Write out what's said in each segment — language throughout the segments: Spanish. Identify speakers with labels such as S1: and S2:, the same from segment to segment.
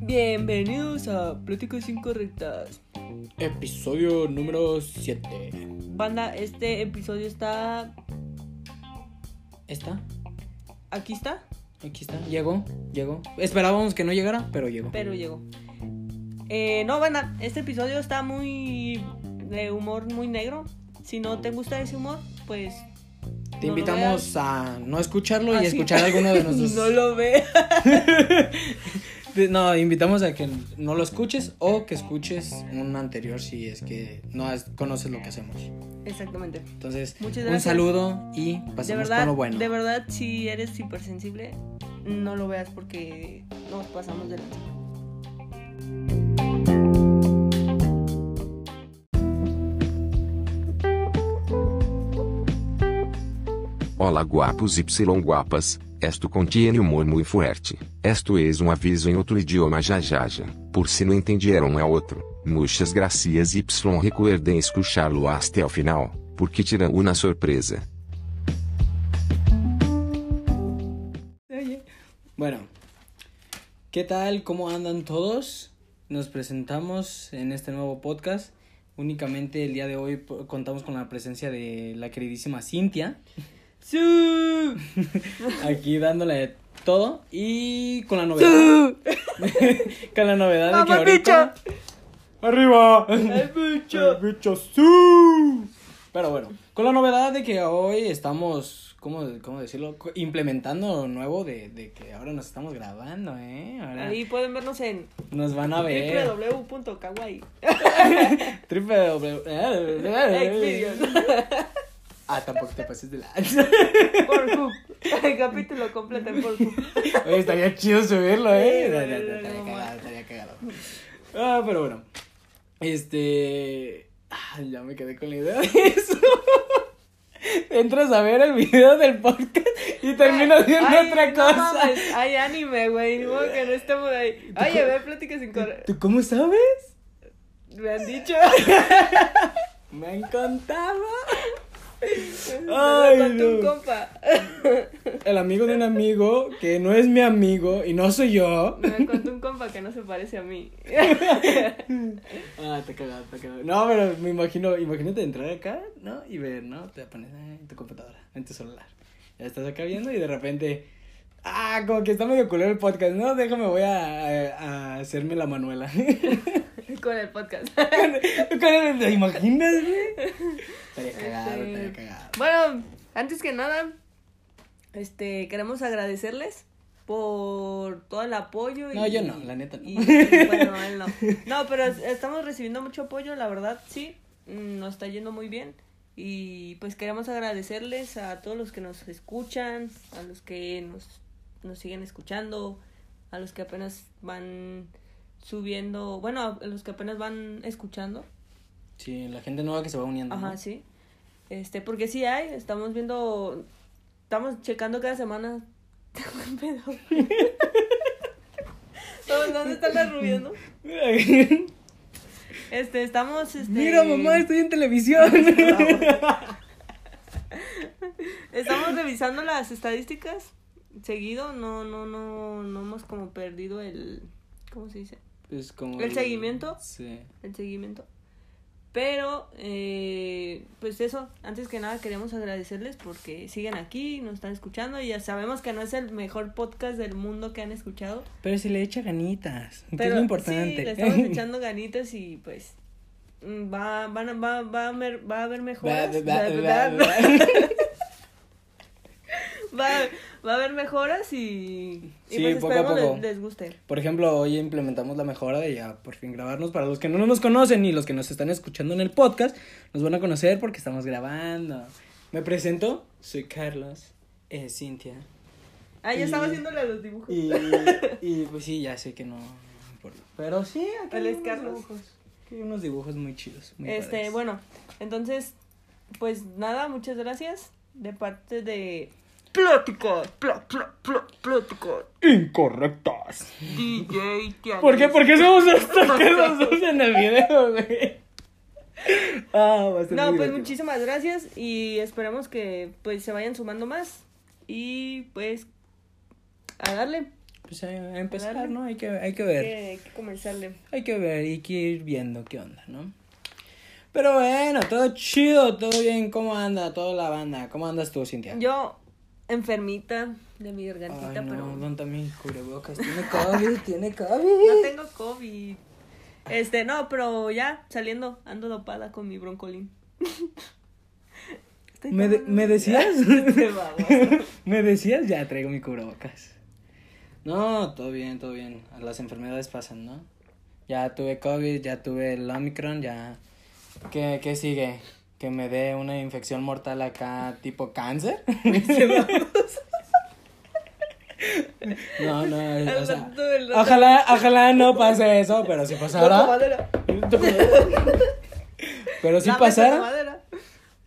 S1: Bienvenidos a Pláticas Incorrectas.
S2: Episodio número 7.
S1: Banda, este episodio está.
S2: ¿Está?
S1: Aquí está,
S2: Aquí está. Llegó, llegó. Esperábamos que no llegara, pero llegó.
S1: pero llegó. Eh, no, banda, este episodio está muy. de humor muy negro. Si no te gusta ese humor, pues.
S2: Te
S1: no lo
S2: invitamos a no escucharlo
S1: Ah,
S2: y
S1: sí.
S2: escuchar alguno de
S1: veas.
S2: nuestros.
S1: No lo ve.
S2: De- No, invitamos a que no lo escuches o que escuches un anterior si es que no has- conoces lo que hacemos.
S1: Exactamente.
S2: Entonces,
S1: Muchas
S2: un
S1: gracias.
S2: saludo y pasemos
S1: de verdad,
S2: con lo bueno.
S1: de verdad, si eres hipersensible, no lo veas porque nos pasamos de lanza.
S3: Olá guapos y guapas, esto contiene humor muito forte. Esto es um aviso em outro idioma já já já, por se não entendieron a outro. Muchas gracias y recuerden escucharlo hasta el final, porque tiran uma surpresa.
S2: Bueno, ¿qué tal? ¿Cómo andan todos? Nos presentamos en este nuevo podcast. Únicamente el día de hoy po- contamos con la presencia de la queridísima Cintia,
S1: ¡Sí!
S2: aquí dándole todo y con la novedad. con la novedad de que
S1: ¡Vamos,
S2: ahorita... ¡Arriba!
S1: ¡El bicho!
S2: ¡El bicho, sí! Pero bueno, con la novedad de que hoy estamos, ¿cómo, cómo decirlo? Co- Implementando lo nuevo de, de que ahora nos estamos grabando, ¿eh? Ahora
S1: Ahí pueden vernos en
S2: nos van a ver.
S1: www.kawaii.
S2: Eh. Triple W.
S1: Xvideos.
S2: Ah, tampoco te pases de la...
S1: Pornhub. El capítulo completo en Pornhub.
S2: Oye, estaría chido subirlo, ¿eh?
S1: Sí, no, no,
S2: Estaría-
S1: no,
S2: Estaría
S1: no,
S2: cagado, estaría cagado. Ah, pero bueno. Este... ah, Ya me quedé con la idea de eso. Entras a ver el video del podcast y terminas viendo
S1: Ay,
S2: otra
S1: no
S2: cosa.
S1: mames, hay anime, güey. Ni modo que no estemos ahí. Oye, ve pláticas sin correr.
S2: ¿Tú cómo sabes?
S1: Me han dicho.
S2: Me han contado.
S1: Me
S2: Ay,
S1: lo contó un
S2: no.
S1: compa.
S2: El amigo de un amigo que no es mi amigo y no soy yo.
S1: Me lo contó un compa que no se parece a mí.
S2: Ah, te cagado, te cagado. No, pero me imagino, imagínate entrar acá, ¿no? Y ver, ¿no? Te pones eh, en tu computadora, en tu celular. Ya estás acá viendo y de repente. Ah, como que está medio culero el podcast, ¿no? Déjame, voy a, a- a hacerme la manuela.
S1: Con el podcast.
S2: ¿Te imaginas, güey? Estaría cagado,
S1: Este,
S2: estaría cagado.
S1: Bueno, antes que nada, este, queremos agradecerles por todo el apoyo. y-
S2: No, yo no, la neta no.
S1: y- y bueno, él no. No, pero es- estamos recibiendo mucho apoyo, la verdad, sí. Mm, Nos está yendo muy bien. Y pues queremos agradecerles a todos los que nos escuchan, a los que nos, nos siguen escuchando, a los que apenas van subiendo, bueno, a los que apenas van escuchando.
S2: Sí, la gente nueva que se va uniendo.
S1: Ajá,
S2: ¿no?
S1: sí. Este, porque sí hay, estamos viendo, estamos checando cada semana. Tengo un pedo. Estamos- ¿Dónde están las rubias, no? Este, estamos, este...
S2: Mira, mamá, estoy en televisión.
S1: Ah, Estamos revisando las estadísticas seguido, no, no, no, no hemos como perdido el, ¿cómo se dice?
S2: Pues como
S1: ¿El seguimiento?
S2: Sí.
S1: el seguimiento. Pero, eh, pues eso, antes que nada queremos agradecerles porque siguen aquí, nos están escuchando y ya sabemos que no es el mejor podcast del mundo que han escuchado.
S2: Pero si le echa ganitas, que es
S1: Pero
S2: lo importante.
S1: sí, le estamos echando ganitas y pues mm, va, van a- va, va, a, haber- va a haber mejoras.
S2: Bla,
S1: Bla,
S2: bla,
S1: bla,
S2: bla,
S1: bla.
S2: bla.
S1: Va, va a haber mejoras y, y
S2: Sí,
S1: pues
S2: poco a
S1: esperemos les-
S2: poco.
S1: Les, guste.
S2: Por ejemplo, hoy implementamos la mejora de ya por fin grabarnos. Para los que no nos conocen y los que nos están escuchando en el podcast, nos van a conocer porque estamos grabando. Me presento, soy Carlos, eh, Cintia.
S1: Ah,
S2: Y-
S1: ya estaba haciéndole los dibujos.
S2: Y, y, pues sí, ya sé que no. importa. Pero sí, aquí
S1: Él
S2: hay
S1: es
S2: unos
S1: Carlos.
S2: dibujos. Aquí hay unos dibujos muy chidos. muy
S1: este,
S2: padres.
S1: bueno, entonces, pues nada, muchas gracias de parte de
S4: Plática, plá, plá, plá, plática.
S2: Incorrectas.
S4: DJ Tiago.
S2: ¿Por qué? Porque somos los los dos en el video, güey. Ah, va a ser
S1: No,
S2: muy
S1: pues
S2: divertido.
S1: muchísimas gracias y esperamos que pues se vayan sumando más y pues a darle.
S2: Pues a, a empezar,
S1: Dale.
S2: ¿no? Hay que, hay que
S1: Hay
S2: ver.
S1: que, hay que comenzarle.
S2: Hay que ver, hay que ir viendo qué onda, ¿no? Pero bueno, todo chido, todo bien. ¿Cómo anda toda la banda? ¿Cómo andas tú, Cintia?
S1: Yo, enfermita de mi
S2: Ay,
S1: gargantita,
S2: no,
S1: pero. No
S2: ¿dónde mi cubrebocas? Tiene COVID, tiene COVID.
S1: tengo COVID. Este, no, pero ya saliendo, ando dopada con mi broncolín. Estoy
S2: ¿Me, de-
S1: tomando-
S2: ¿Me decías?
S1: Este baboso.
S2: ¿Me decías? Ya traigo mi cubrebocas. No, todo bien, todo bien. Las enfermedades pasan, ¿no? Ya tuve COVID, ya tuve el Omicron, ya. ¿Qué, qué sigue? ¿Que me dé una infección mortal acá, tipo cáncer? no, no, o
S1: Al
S2: sea,
S1: rato del otro-
S2: ojalá, ojalá no pase eso, pero si
S1: Toco
S2: pasara.
S1: madera.
S2: Pero si
S1: Dame esa
S2: pasara.
S1: madera.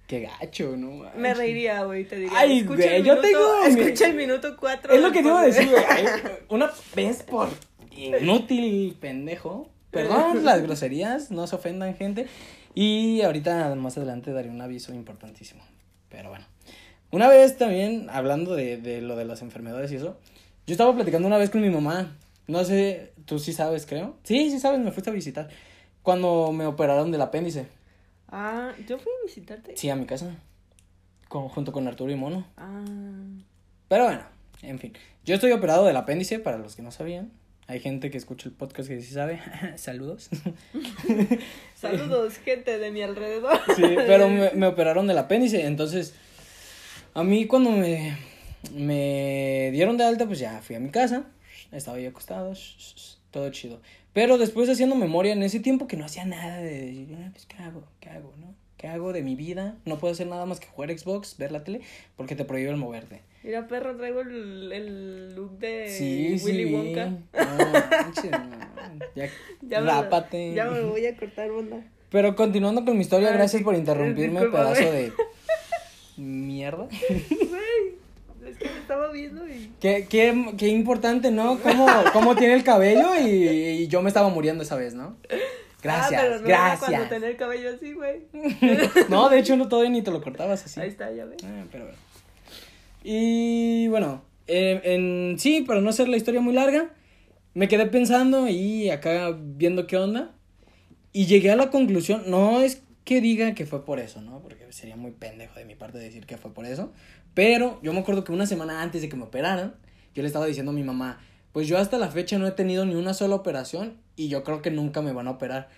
S2: Qué gacho, ¿no?
S1: Me reiría, güey, te diría.
S2: Ay,
S1: escucha
S2: güey,
S1: el
S2: yo
S1: minuto-
S2: tengo mi-
S1: Escucha el minuto 4.
S2: Es lo que te iba a decir, güey. Una vez por inútil pendejo. Perdón las groserías, no se ofendan, gente. Y ahorita más adelante daré un aviso importantísimo. Pero bueno. Una vez también, hablando de, de lo de las enfermedades y eso, yo estaba platicando una vez con mi mamá. No sé, tú sí sabes, creo. Sí, sí sabes, me fuiste a visitar. Cuando me operaron del apéndice.
S1: Ah, yo fui a visitarte.
S2: Sí, a mi casa. Con, junto con Arturo y Mono.
S1: Ah.
S2: Pero bueno, en fin. Yo estoy operado del apéndice, para los que no sabían. Hay gente que escucha el podcast que sí sabe. Saludos.
S1: Saludos, gente de mi alrededor.
S2: Sí, pero me, me operaron del apéndice. Entonces, a mí cuando me, me dieron de alta, pues ya fui a mi casa. Estaba yo acostado. Todo chido. Pero después haciendo memoria, en ese tiempo que no hacía nada de... "Ah, Pues, ¿qué hago? ¿Qué hago? ¿No? ¿Qué hago de mi vida? No puedo hacer nada más que jugar Xbox, ver la tele, porque te prohíbe el moverte.
S1: Mira, perro, traigo el, el look de
S2: Sí,
S1: Willy
S2: sí.
S1: Wonka.
S2: No, manches, no. Ya,
S1: Ya me,
S2: rápate.
S1: ya me lo voy a cortar, banda.
S2: Pero continuando con mi historia,
S1: Ah,
S2: gracias
S1: sí,
S2: por interrumpirme,
S1: disculpa,
S2: pedazo
S1: güey.
S2: de mierda.
S1: Güey, es que me estaba viendo y.
S2: Qué, qué, qué importante, ¿no? Cómo, cómo tiene el cabello y, y yo me estaba muriendo esa vez, ¿no? Gracias,
S1: Ah, pero no era cuando
S2: gracias.
S1: tenía el cabello así, güey.
S2: No, de hecho no todavía ni te lo cortabas así.
S1: Ahí está, ya ves.
S2: Ah, pero bueno. Y bueno, eh, en, sí, para no hacer la historia muy larga, me quedé pensando y acá viendo qué onda. Y llegué a la conclusión, no es que diga que fue por eso, ¿no? Porque sería muy pendejo de mi parte decir que fue por eso. Pero yo me acuerdo que una semana antes de que me operaran, yo le estaba diciendo a mi mamá, pues yo hasta la fecha no he tenido ni una sola operación y yo creo que nunca me van a operar.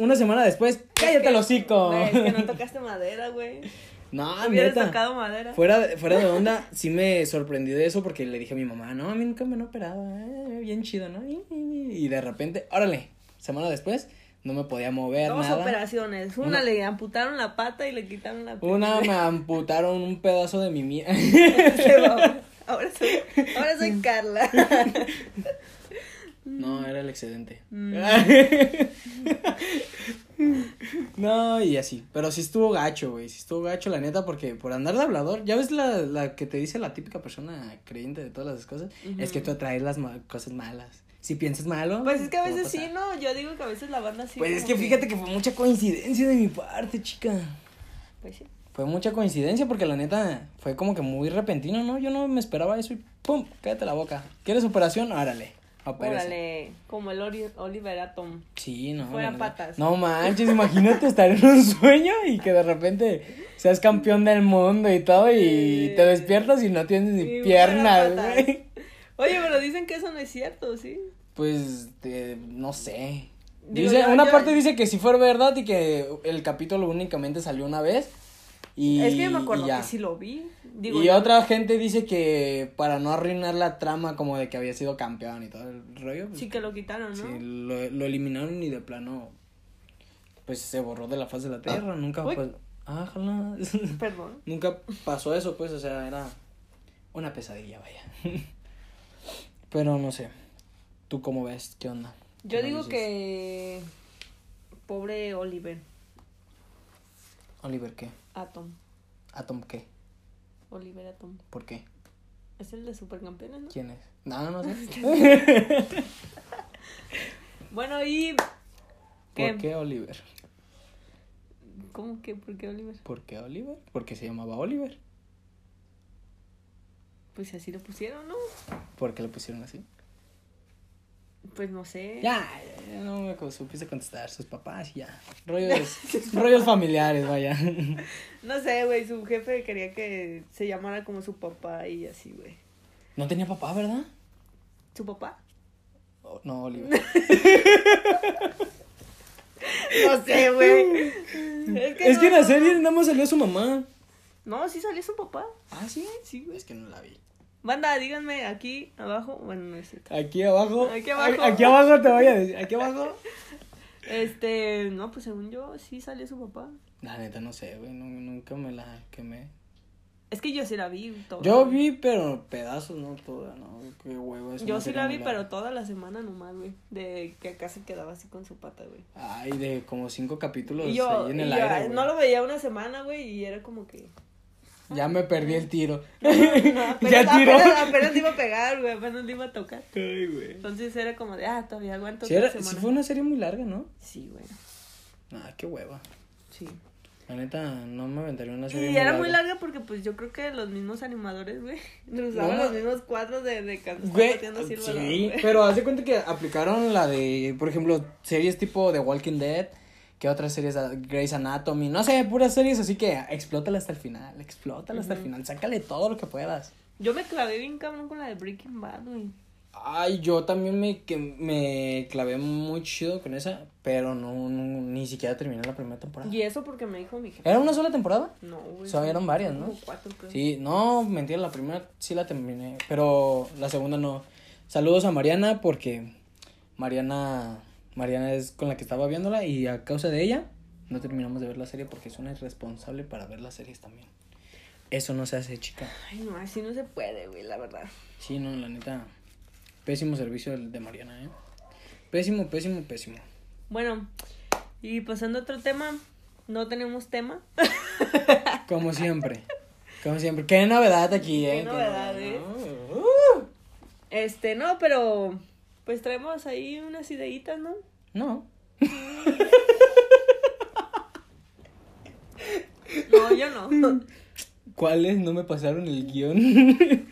S2: Una semana después, cállate el hocico.
S1: Güey, es que no tocaste madera, güey.
S2: No,
S1: Hubieras
S2: neta.
S1: tocado madera.
S2: Fuera de, fuera de onda, sí me sorprendí de eso porque le dije a mi mamá, no, a mí nunca me han operado, eh, bien chido, ¿no? Y- Y y de repente, órale, semana después, no me podía mover
S1: Dos
S2: nada.
S1: operaciones. Una,
S2: Una-
S1: le amputaron la pata y le quitaron la pierna.
S2: Una me amputaron un pedazo de mi mía.
S1: Este babón. Ahora soy, ahora soy Carla.
S2: No, era el excedente.
S1: Mm.
S2: no, y así. Pero sí estuvo gacho, güey. Sí estuvo gacho, la neta, porque por andar de hablador, ya ves la, la que te dice la típica persona creyente de todas las cosas, es que tú atraes las ma- cosas malas. Si piensas malo.
S1: Pues es que a
S2: te va
S1: veces
S2: pasar.
S1: sí, ¿no? Yo digo que a veces la banda sí.
S2: ah. Pues es
S1: como
S2: que fíjate que fue mucha coincidencia de mi parte, chica.
S1: Pues sí.
S2: Fue mucha coincidencia porque la neta fue como que muy repentino, ¿no? Yo no me esperaba eso y ¡pum! Cállate la boca. ¿Quieres operación? Árale. Opérese.
S1: Órale, como el Ori- Oliver Atom.
S2: Sí, no.
S1: Fuera
S2: la neta.
S1: patas.
S2: No manches, imagínate estar en un sueño y que de repente seas campeón del mundo y todo y
S1: Sí.
S2: te despiertas y no tienes ni
S1: Y
S2: piernas,
S1: fuera patas.
S2: güey.
S1: Oye, pero dicen que eso no es cierto, ¿sí?
S2: Pues, eh, no sé.
S1: Digo,
S2: Dice,
S1: yo-
S2: una
S1: yo-
S2: parte dice que sí fue verdad y que el capítulo únicamente salió una vez. Y,
S1: es que yo me
S2: y
S1: acuerdo
S2: ya.
S1: que sí lo vi. Digo,
S2: y
S1: yo-
S2: otra gente dice que para no arruinar la trama como de que había sido campeón y todo el rollo. pues,
S1: Sí que lo quitaron, ¿no?
S2: Sí, lo, lo eliminaron y de plano. Pues se borró de la faz de la tierra. Nunca.
S1: Uy.
S2: Pues, ah, ojalá.
S1: Perdón.
S2: nunca pasó eso, pues. O sea, era una pesadilla, vaya. Pero no sé. ¿Tú cómo ves? ¿Qué onda?
S1: Yo
S2: ¿Qué
S1: digo
S2: analizas?
S1: que. Pobre Oliver
S2: Oliver, ¿qué?
S1: Atom.
S2: ¿Atom qué?
S1: Oliver Atom.
S2: ¿Por qué?
S1: Es el de Supercampeones, ¿no?
S2: ¿Quién es? No, no sé.
S1: Bueno, y.
S2: ¿Por
S1: ¿Qué?
S2: qué Oliver?
S1: ¿Cómo que? ¿Por qué Oliver?
S2: ¿Por qué Oliver? Porque se llamaba Oliver.
S1: pues así lo pusieron, ¿no?
S2: ¿Por qué lo pusieron así?
S1: Pues no sé.
S2: Ya, ya, ya no me co- supiste contestar. Sus papás, y ya. Rollos, rollos familiares, vaya.
S1: No sé, güey, su jefe quería que se llamara como su papá y así, güey.
S2: No tenía papá, ¿verdad?
S1: ¿Su papá?
S2: Oh, no, Oliver.
S1: No sé, güey. es que,
S2: es que en
S1: no,
S2: la serie nada más salió su mamá.
S1: no, sí salió su papá.
S2: Ah, sí.
S1: Sí, güey.
S2: Es que no la vi.
S1: Banda, díganme aquí abajo. Bueno, no es cierto.
S2: Aquí abajo.
S1: Aquí abajo.
S2: a- Aquí abajo te voy a decir. Aquí abajo.
S1: Este, no, pues según yo, sí salió su papá.
S2: La neta no sé, güey. nu- nunca me la quemé.
S1: Es que yo sí la vi toda.
S2: Yo
S1: güey.
S2: vi, pero pedazos, no toda, ¿no? Qué huevo es
S1: Yo
S2: una
S1: sí
S2: serie
S1: la
S2: muy
S1: vi, pero
S2: larga.
S1: toda la semana nomás, güey. De que acá se quedaba así con su pata, güey.
S2: Ay, de como cinco capítulos
S1: Y yo,
S2: ahí en el
S1: y yo,
S2: aire.
S1: ay,
S2: güey.
S1: no lo veía una semana, güey, y era como que.
S2: Ya me perdí el tiro.
S1: No, apenas,
S2: ya tiró.
S1: Apenas, apenas le iba a pegar, güey, apenas le iba a tocar.
S2: Ay, güey.
S1: Entonces era como de, ah, todavía aguanto
S2: Sí,
S1: otra
S2: era- sí
S1: semana.
S2: fue una serie muy larga, ¿no?
S1: Sí, güey,
S2: Ah, qué hueva.
S1: sí.
S2: La neta, no me aventaría una serie
S1: Y
S2: muy
S1: era muy larga porque, pues, yo creo que los mismos animadores, güey, usaban
S2: No.
S1: los mismos cuadros de, de cuando estaban
S2: Güey,
S1: pateando así el balón,
S2: sí,
S1: güey.
S2: pero haz de cuenta que aplicaron la de, por ejemplo, series tipo The Walking Dead, que otras series, ah, Grey's Anatomy, no sé, puras series, así que explótala hasta el final, explótala hasta el final, sácale todo lo que puedas.
S1: Yo me clavé bien cabrón con la de Breaking Bad, güey.
S2: Ay, yo también me, que me clavé muy chido con esa, pero no, no, ni siquiera terminé la primera temporada.
S1: Y eso porque me dijo mi jefe.
S2: ¿Era una sola temporada?
S1: No, güey.
S2: O sea, eran varias, ¿no?
S1: Como cuatro, creo.
S2: Sí, no, mentira, la primera sí la terminé, pero la segunda no. Saludos a Mariana porque Mariana Mariana es con la que estaba viéndola y a causa de ella no terminamos de ver la serie porque es una irresponsable para ver las series también. Eso no se hace, chica.
S1: Ay, no, así no se puede, güey, la verdad.
S2: Sí, no, la neta. Pésimo servicio el de Mariana, ¿eh? Pésimo, pésimo, pésimo.
S1: Bueno, y pasando a otro tema, no tenemos tema.
S2: Como siempre. Como siempre. Qué novedad aquí, ¿eh?
S1: Qué novedad,
S2: no-
S1: ¿eh?
S2: no.
S1: Este, no, pero pues traemos ahí unas ideitas, ¿no?
S2: No.
S1: No, yo no.
S2: ¿Cuáles? No me pasaron el guión.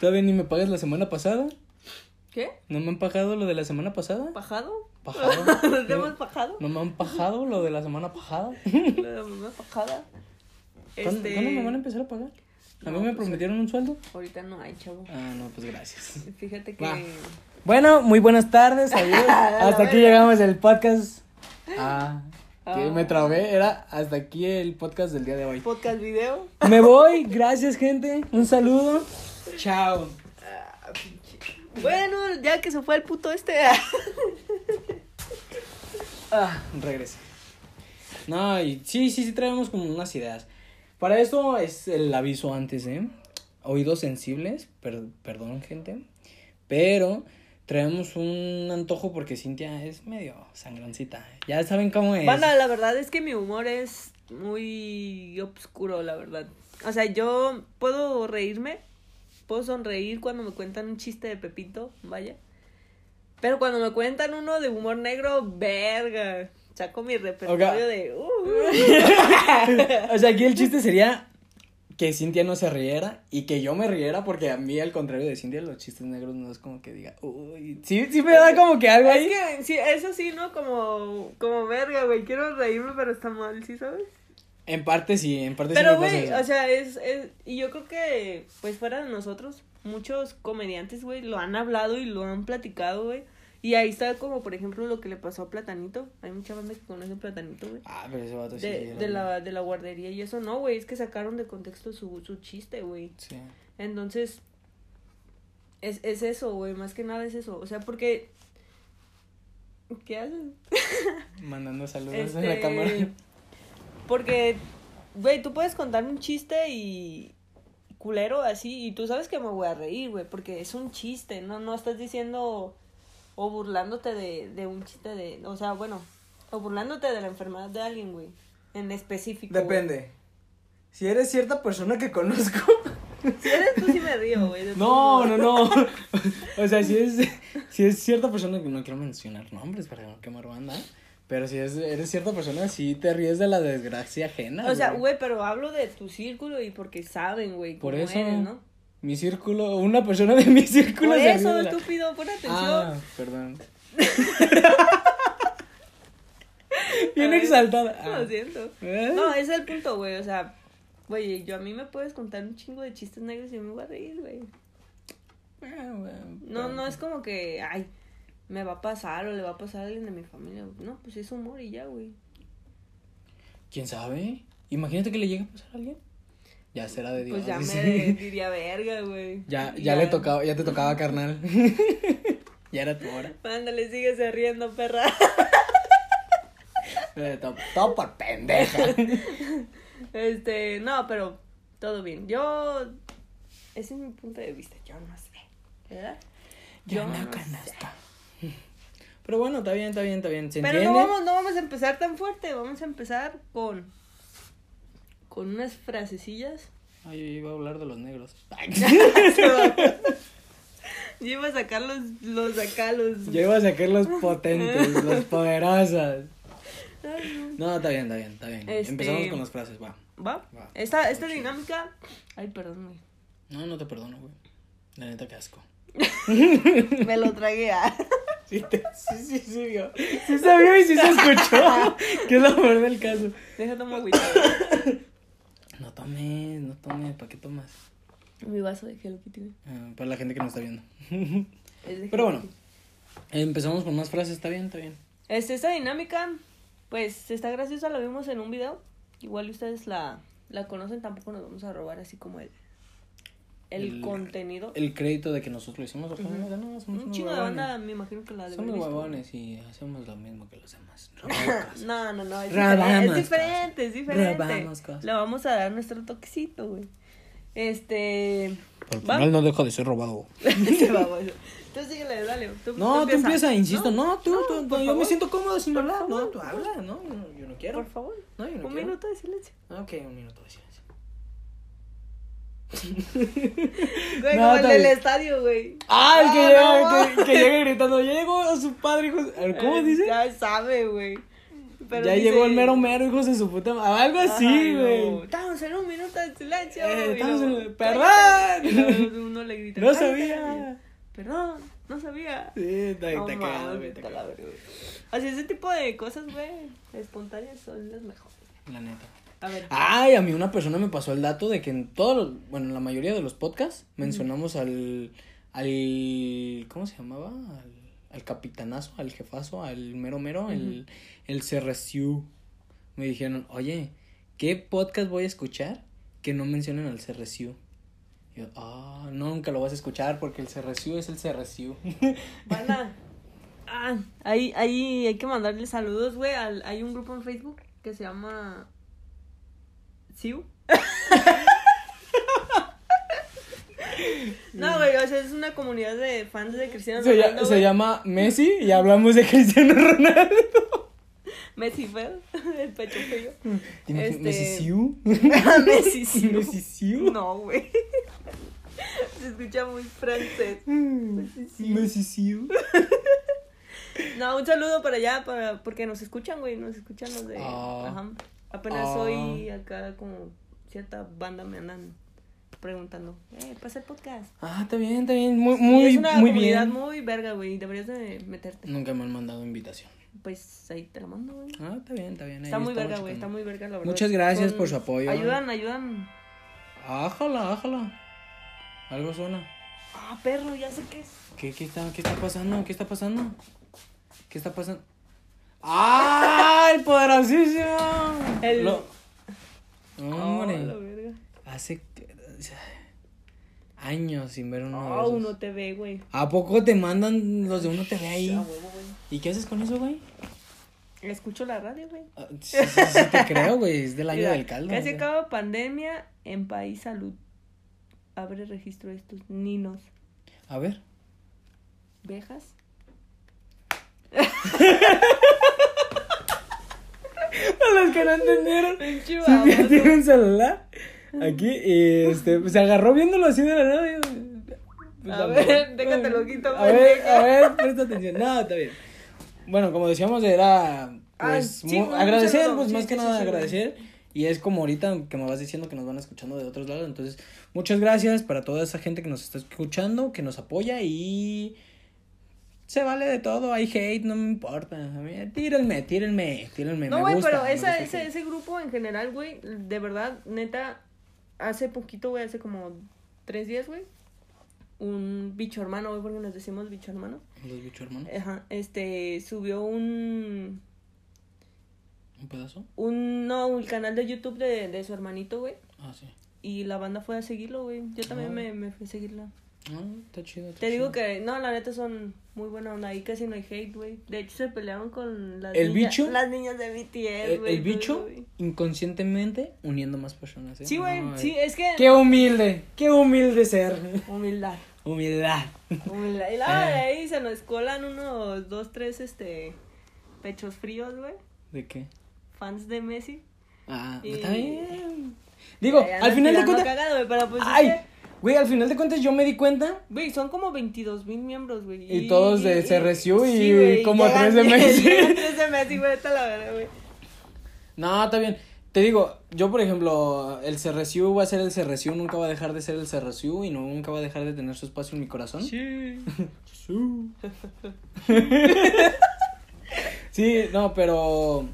S2: ¿Todavía ni me pagas la semana pasada?
S1: ¿Qué?
S2: ¿No me han pagado lo de la semana pasada?
S1: ¿Pajado?
S2: Pajado.
S1: ¿Nos hemos
S2: No,
S1: pajado?
S2: ¿No me han pagado lo de la semana pasada?
S1: ¿Nos hemos pajada?
S2: ¿Cuándo,
S1: Este,
S2: cuándo me van a empezar a pagar? ¿A mí
S1: No,
S2: me
S1: pues,
S2: prometieron un sueldo?
S1: Ahorita no hay, chavo.
S2: eh. Ah, no, pues gracias.
S1: Fíjate
S2: Va.
S1: que...
S2: Bueno, muy buenas tardes, adiós. Hasta aquí llegamos el podcast. Ah, que me trabé, era hasta aquí el podcast del día de hoy.
S1: Podcast video.
S2: Me voy, gracias gente, un saludo. Chao.
S1: Bueno, ya que se fue el puto este.
S2: Ah, regresé. No, y sí, sí, sí traemos como unas ideas. Para eso es el aviso antes, ¿eh? Oídos sensibles, per- perdón, gente. Pero traemos un antojo porque Cintia es medio sangrancita. Ya saben cómo es.
S1: Banda, la verdad es que mi humor es muy oscuro, la verdad. O sea, yo puedo reírme, puedo sonreír cuando me cuentan un chiste de Pepito, vaya. Pero cuando me cuentan uno de humor negro, verga. Saco mi repertorio
S2: Oiga.
S1: de. "Uh, uh".
S2: o sea, aquí el chiste sería que Cintia no se riera y que yo me riera porque a mí, al contrario de Cintia, los chistes negros no es como que diga, uy, sí, sí me da como que algo ahí.
S1: Es que sí, eso sí, ¿no? Como, como verga, güey. Quiero reírme, pero está mal, ¿sí sabes?
S2: En parte sí, en parte sí
S1: Pero,
S2: me pasa
S1: güey,
S2: eso.
S1: o sea, es, es- Y yo creo que, pues, fuera de nosotros, muchos comediantes, güey, lo han hablado y lo han platicado, güey. Y ahí está como, por ejemplo, lo que le pasó a Platanito. Hay mucha banda que conoce a Platanito, güey.
S2: Ah, pero ese vato sí.
S1: De,
S2: era
S1: de,
S2: un-
S1: la, de la guardería y eso no, güey. Es que sacaron de contexto su, su chiste, güey.
S2: Sí.
S1: Entonces, es, es eso, güey. Más que nada es eso. O sea, porque... ¿Qué haces?
S2: Mandando saludos en la
S1: Este,
S2: cámara.
S1: Porque, güey, tú puedes contarme un chiste y culero así, y tú sabes que me voy a reír, güey, porque es un chiste, no, no estás diciendo o burlándote de, de un chiste de, o sea, bueno, o burlándote de la enfermedad de alguien, güey, en específico. güey.
S2: Si eres cierta persona que conozco.
S1: Si eres tú sí me río, güey. de
S2: No,
S1: todos
S2: no,
S1: modos.
S2: no. O sea, si es, si es cierta persona que no quiero mencionar nombres para no quemar banda. Pero si es, eres cierta persona, sí te ríes de la desgracia ajena.
S1: O sea, güey, pero hablo de tu círculo y porque saben, güey,
S2: Por
S1: cómo
S2: eso.
S1: eres, ¿no?
S2: mi círculo, una persona de mi círculo
S1: Por
S2: se rió
S1: eso,
S2: de la-
S1: estúpido, pon atención.
S2: Ah, perdón. Bien exaltada. Ah.
S1: Lo siento.
S2: ¿Eh?
S1: No, ese es el punto, güey. O sea, güey, yo a mí me puedes contar un chingo de chistes negros y me voy a reír, güey. No, no es como que, ay, me va a pasar o le va a pasar a alguien de mi familia. No, pues es humor y ya, güey.
S2: ¿Quién sabe? Imagínate que le llegue a pasar a alguien. Ya será de Dios.
S1: Pues ya
S2: dice.
S1: me diría verga, güey.
S2: ya,
S1: Y
S2: ya le tocaba, ya te tocaba carnal. ya era tu hora.
S1: Ándale, síguese riendo, perra.
S2: Eh, Todo, todo por pendeja.
S1: Este, no, pero todo bien. Yo, ese es mi punto de vista, yo no sé, ¿verdad?
S2: Ya
S1: Yo
S2: no
S1: no
S2: canasta. Pero bueno, está bien, está bien, está bien. ¿Se
S1: Pero no
S2: entiende?
S1: vamos, no vamos a empezar tan fuerte, vamos a empezar con con unas frasecillas.
S2: Ay, yo iba a hablar de los negros.
S1: Yo iba a sacar los, los acá, los...
S2: yo iba a sacar los potentes, los poderosas. No, está bien, está bien, está bien.
S1: Este-
S2: Empezamos con las frases, va.
S1: ¿Va?
S2: Va.
S1: Esta, esta dinámica... Ay, perdón, güey.
S2: No, no te perdono, güey. La neta, qué asco.
S1: Me lo tragué. ah.
S2: Sí, te- sí, sí, sí, vio. Sí se vio y sí se escuchó. que es lo peor del caso.
S1: Deja tomar agüita.
S2: No tomes, no tomes. ¿Para qué tomas?
S1: Mi vaso de Hello Kitty. güey.
S2: Ah, para la gente que nos está viendo.
S1: Es de
S2: Pero
S1: Hello
S2: bueno,
S1: Kitty.
S2: empezamos con más frases. Está bien, está bien.
S1: Este, esta dinámica, pues está graciosa, la vimos en un video. Igual y ustedes la, la conocen, tampoco nos vamos a robar así como el, el,
S2: El-
S1: contenido.
S2: El crédito de que nosotros lo hicimos. o sea,
S1: Ujú.
S2: no, no, somos
S1: un
S2: unos
S1: chingo de
S2: huevones.
S1: banda, me imagino que la de
S2: Somos huevones y hacemos lo mismo que los demás.
S1: No, no, no, es
S2: Robamos
S1: diferente, es diferente, es diferente.
S2: Robamos cosas.
S1: Le vamos a dar nuestro toquecito, güey. Este.
S2: Al
S1: ¿va?
S2: final no deja de ser robado.
S1: Este, vamos. Tú síguele, dale. Tú,
S2: No, tú empieza, insisto. No, tú, tú,
S1: por
S2: yo me
S1: favor.
S2: siento cómodo sin
S1: Por
S2: hablar. No,
S1: favor.
S2: tú habla, no, no, yo no quiero.
S1: Por favor,
S2: No, yo no
S1: un
S2: quiero.
S1: minuto de silencio.
S2: Ok, un minuto de silencio.
S1: Güey, como el
S2: No, está
S1: del
S2: bien.
S1: estadio, güey.
S2: Ah, el que,
S1: no,
S2: llega, que,
S1: mames.
S2: que llega gritando, ya llegó a su padre, hijos. a ver, Ah, ¿Cómo
S1: Eh,
S2: dice?
S1: Ya sabe, güey. Pero
S2: ya
S1: dice-
S2: llegó el mero mero, hijos de su puta madre. Algo
S1: Ay,
S2: así,
S1: no.
S2: güey.
S1: Estamos en un minuto de silencio.
S2: Eh,
S1: y
S2: estamos
S1: luego,
S2: en-
S1: "Cállate".
S2: ¡Perdón!
S1: Y luego Uno le grita.
S2: No
S1: "Cállate,
S2: sabía.
S1: Perdón, no sabía.
S2: Sí, está,
S1: No
S2: está cagado,
S1: mames,
S2: güey. está
S1: está la
S2: cagado.
S1: verga, güey. Así ese tipo de cosas, güey, espontáneas son las mejores.
S2: La neta.
S1: A ver.
S2: Ay, a mí una persona me pasó el dato de que en todos, los- bueno, en la mayoría de los podcasts mencionamos al, al, ¿cómo se llamaba? Al, al capitanazo, al jefazo, al mero mero, el, el CRCU. Me dijeron, oye, ¿qué podcast voy a escuchar que no mencionen al CRCU? Y Yo, ah, nunca lo vas a escuchar porque el CRCU es el CRCU.
S1: Van a. Ah, ahí, ahí hay que mandarle saludos, güey. al- Hay un grupo en Facebook que se llama. ¿Siu? no, güey, o sea, es una comunidad de fans de Cristiano
S2: Mm. se, lla-
S1: Ronaldo.
S2: se
S1: güey.
S2: llama Messi y hablamos de Cristiano Ronaldo.
S1: Messi, ¿ver? El pecho frío.
S2: ¿Te imagi-
S1: Este-
S2: ¿Messi-Siu?
S1: Messi, Siu.
S2: ¿Messi-Siu?
S1: No, güey. Se escucha muy francés.
S2: Mm. Messi-Siu.
S1: No, un saludo para allá, para, porque nos escuchan, güey, nos escuchan los de...
S2: Ah.
S1: ajá. Apenas
S2: Ah.
S1: hoy acá como cierta banda me andan preguntando, eh, pasa el podcast.
S2: Ah, está bien, está bien. Muy,
S1: Y es
S2: muy,
S1: una
S2: muy
S1: comunidad
S2: bien.
S1: muy verga, güey, deberías de meterte.
S2: Nunca me han mandado invitación.
S1: Pues ahí te la mando, güey.
S2: Ah, está bien, está bien. ahí
S1: Está muy
S2: estamos
S1: verga, güey, está
S2: checando.
S1: muy verga, la verdad.
S2: Muchas gracias por su apoyo.
S1: Ayudan, ayudan.
S2: Ájala, ájala. Algo suena.
S1: Ah, perro, ya sé qué es.
S2: ¿Qué, qué, está, ¿Qué está pasando? ¿Qué está pasando? ¿Qué está pasando? ¡Ah! ¡El poderosísimo!
S1: El-
S2: Lo-
S1: Ah, la
S2: Hombre,
S1: verga.
S2: hace años sin ver uno de
S1: Ah,
S2: esos.
S1: uno te ve, güey.
S2: ¿A poco te mandan los de uno TV ahí?
S1: A huevo, güey.
S2: ¿Y qué haces con eso, güey?
S1: Escucho la radio, güey.
S2: Ah, Sí, sí, sí, te creo, güey. Es del año
S1: Mira,
S2: del caldo.
S1: Casi
S2: o sea.
S1: acaba pandemia en país salud. Abre registro de estos ninos.
S2: A ver.
S1: ¿Vejas?
S2: A los que no entendieron.
S1: Pinche
S2: Sofía
S1: baboso.
S2: tiene un celular. Aquí, y este, se agarró viéndolo así de la nada. y- pues,
S1: A ver, déjate lo quito,
S2: A ver,
S1: pendeja.
S2: a ver, presta atención. No, está bien. Bueno, como decíamos, era
S1: Ah,
S2: pues,
S1: sí,
S2: mu-
S1: un
S2: agradecer,
S1: saludo.
S2: pues
S1: Sí,
S2: más
S1: sí,
S2: que
S1: sí,
S2: nada
S1: sí,
S2: agradecer Y es como ahorita que me vas diciendo que nos van escuchando de otros lados. Entonces, muchas gracias para toda esa gente que nos está escuchando, que nos apoya y se vale de todo. Hay hate, no me importa. A mí, tírenme, tírenme, tírenme.
S1: No,
S2: me
S1: güey,
S2: gusta,
S1: pero
S2: me
S1: esa,
S2: gusta el
S1: ese,
S2: hate.
S1: ese grupo en general, güey, de verdad, neta, hace poquito, güey, hace como tres días, güey, un bicho hermano, güey, porque nos decimos bicho hermano,
S2: Los bichos hermanos.
S1: ajá, este, subió un,
S2: Un pedazo.
S1: un, no, el canal de YouTube de, de su hermanito, güey,
S2: Ah, sí.
S1: y la banda fue a seguirlo, güey, yo también
S2: Ah.
S1: me, me fui a seguirla.
S2: Ah, está chido. está
S1: Te digo
S2: chido.
S1: que, no, la neta son muy buena onda, ahí casi no hay hate, güey, de hecho se pelearon con las,
S2: ¿El
S1: niñas,
S2: bicho?
S1: las niñas de BTS,
S2: Eh, El,
S1: güey.
S2: el bicho
S1: güey.
S2: inconscientemente uniendo más personas. ¿eh?
S1: Sí, güey,
S2: Ay.
S1: sí, es que...
S2: Qué humilde, qué humilde ser.
S1: Humildad.
S2: Humildad.
S1: Humildad. Y luego de
S2: Eh.
S1: ahí se nos colan unos dos, tres, este, pechos fríos, güey.
S2: ¿De qué?
S1: Fans de Messi.
S2: Ah,
S1: Y-
S2: está bien. Digo,
S1: Ya
S2: al
S1: andan
S2: final de
S1: tirando
S2: cuentas.
S1: cagado, güey, pero pues es
S2: Ay,
S1: que,
S2: güey, al final de cuentas yo me di cuenta.
S1: Güey, son como 22 mil miembros, güey.
S2: Y todos de CRSU y
S1: güey,
S2: como
S1: llegan-
S2: tres de Messi.
S1: llegan tres de Messi, güey, está la verdad, güey.
S2: No, está bien. Te digo, yo por ejemplo, el CRSU va a ser el CRSU, nunca va a dejar de ser el CRSU y no, nunca va a dejar de tener su espacio en mi corazón. Su. sí, no, pero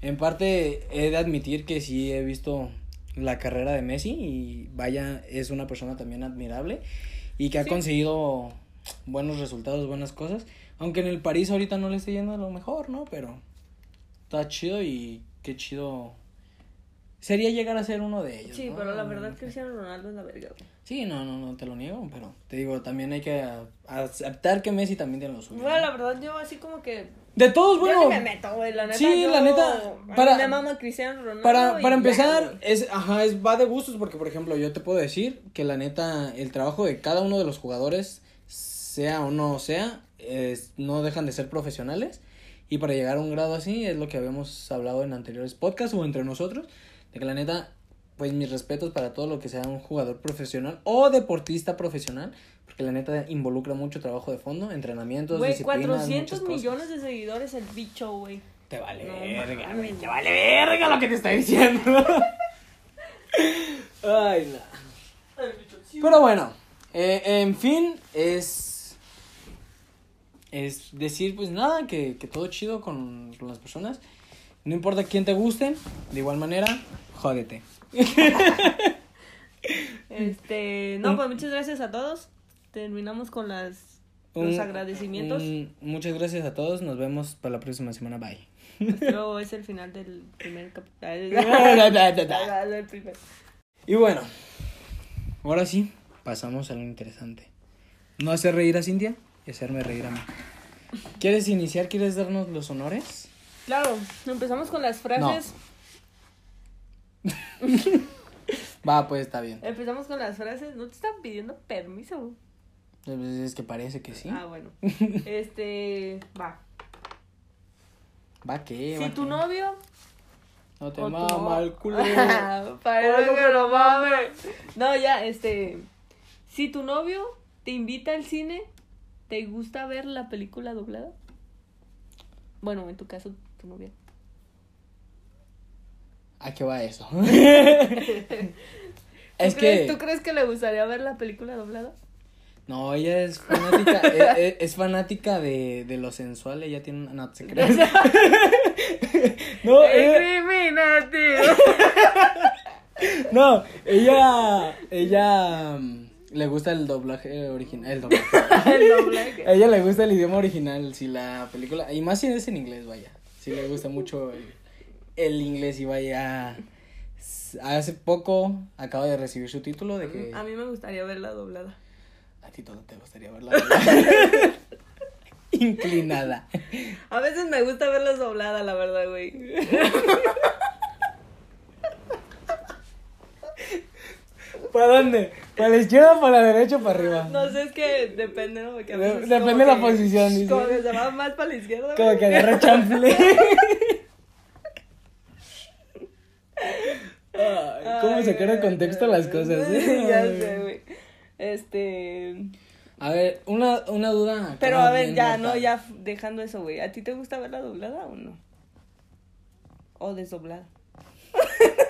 S2: en parte he de admitir que sí he visto la carrera de Messi y vaya, es una persona también admirable y que ha conseguido buenos resultados, buenas cosas, aunque en el París ahorita no le esté yendo a lo mejor, ¿no? Pero está chido y qué chido sería llegar a ser uno de ellos.
S1: Sí,
S2: ¿no?
S1: pero la verdad Cristiano Ronaldo es la verga, güey.
S2: Sí, no, no, no te lo niego, pero te digo, también hay que a- aceptar que Messi también tiene lo suyo.
S1: Bueno, la verdad yo así como que...
S2: De todos, Pues bueno,
S1: yo ni me meto, güey, la neta.
S2: sí,
S1: yo-
S2: la neta,
S1: a mí
S2: para-
S1: me mama Cristiano Ronaldo.
S2: para,
S1: y ya,
S2: para empezar,
S1: güey.
S2: es, ajá, es, va de gustos porque, por ejemplo, yo te puedo decir que la neta, el trabajo de cada uno de los jugadores, sea o no sea, es- no dejan de ser profesionales y para llegar a un grado así es lo que habíamos hablado en anteriores podcasts o entre nosotros, de que la neta, pues mis respetos para todo lo que sea un jugador profesional o deportista profesional, porque la neta involucra mucho trabajo de fondo, entrenamientos,
S1: Güey,
S2: disciplinas,
S1: 400
S2: muchas cosas.
S1: millones de seguidores el bicho, güey.
S2: Te vale
S1: No
S2: verga,
S1: mames.
S2: güey. Te vale verga lo que te estoy diciendo. Ay, no. Pero bueno, eh, en fin, es. Es decir, pues nada, que, que todo chido con, con las personas. No importa quién te guste, de igual manera, jódete.
S1: Este, no, pues muchas gracias a todos. Terminamos con las los
S2: Un-
S1: agradecimientos.
S2: un- muchas gracias a todos, nos vemos para la próxima semana. Bye.
S1: Luego es el final del primer capítulo.
S2: y bueno, ahora sí, pasamos a lo interesante. No hacer reír a Cintia y hacerme reír a mí. ¿Quieres iniciar? ¿Quieres darnos los honores?
S1: Claro, empezamos con las frases.
S2: Va, pues está bien.
S1: Empezamos con las frases. No te están pidiendo permiso.
S2: Es que parece que sí.
S1: Ah, bueno. Este, va.
S2: Va que.
S1: Si
S2: va
S1: tu
S2: que.
S1: novio
S2: No te
S1: o tu
S2: mama
S1: no-
S2: el culo.
S1: Para eso que lo mame. No, ya, este. Si tu novio te invita al cine, ¿te gusta ver la película doblada? Bueno, en tu caso, tu novia.
S2: ¿A qué va eso?
S1: ¿Tú
S2: es
S1: crees-
S2: que.
S1: ¿Tú crees que le gustaría ver la película doblada?
S2: No, ella es fanática. es, es- es fanática de, de lo sensual. Ella tiene. No, se cree. no, eh, ella-
S1: Discriminate.
S2: No, ella. Ella. mm, Le gusta el doblaje original. El doblaje.
S1: El doblaje.
S2: A ella le gusta el idioma original, si la película. Y más si es en inglés, vaya. Si le gusta mucho el, el inglés y vaya. s- Hace poco acaba de recibir su título de que.
S1: A mí me gustaría verla doblada.
S2: A ti todo te gustaría verla. ¿verdad? Inclinada.
S1: A veces me gusta verlas dobladas, la verdad, güey.
S2: ¿Para dónde? ¿Para la izquierda, para la derecha o para arriba?
S1: No sé, es que depende, ¿no? Porque a
S2: De-
S1: veces
S2: depende
S1: como
S2: de la
S1: que-
S2: posición, dice.
S1: Como que se va más para la izquierda.
S2: Como
S1: güey.
S2: que agarra chanfle. Ay, ¿Cómo
S1: Ay,
S2: sacar de
S1: güey,
S2: contexto
S1: no,
S2: las
S1: no,
S2: cosas?
S1: no,
S2: eh?
S1: ya sé, güey. Este.
S2: A ver, una, una duda. acá
S1: Pero a ver,
S2: bien
S1: ya,
S2: mortal.
S1: no, ya f- dejando eso, güey. ¿A ti te gusta verla doblada o no? ¿O desdoblada?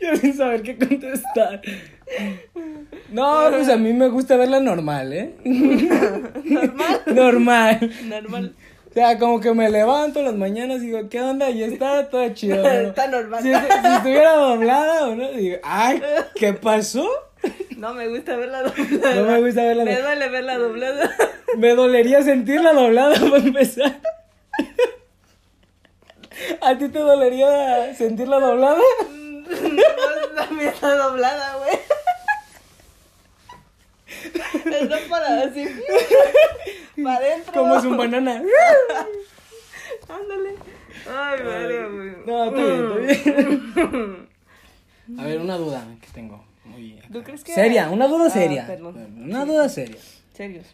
S2: Yo sin saber qué contestar. No, pues a mí me gusta verla normal, ¿eh?
S1: Normal.
S2: Normal.
S1: Normal.
S2: O sea, como que me levanto las mañanas y digo, ¿qué onda? Y está todo chido. ¿no?
S1: Está normal.
S2: Si, estu- si estuviera doblada o no, digo, ay, ¿qué pasó?
S1: No me gusta verla doblada.
S2: No me gusta verla
S1: Me
S2: doblada.
S1: duele verla doblada.
S2: Me dolería sentirla doblada para empezar. ¿A ti te dolería sentirla doblada?
S1: No, también está doblada, güey. Está para así. Para adentro.
S2: Como es un banana.
S1: Ándale. Ay, verga, güey. Mm.
S2: No, está bien, está bien. A ver, una duda que tengo. Muy acá.
S1: ¿Tú crees que-
S2: Seria, una duda
S1: Ah,
S2: seria.
S1: perdón.
S2: Una duda seria.
S1: Serios.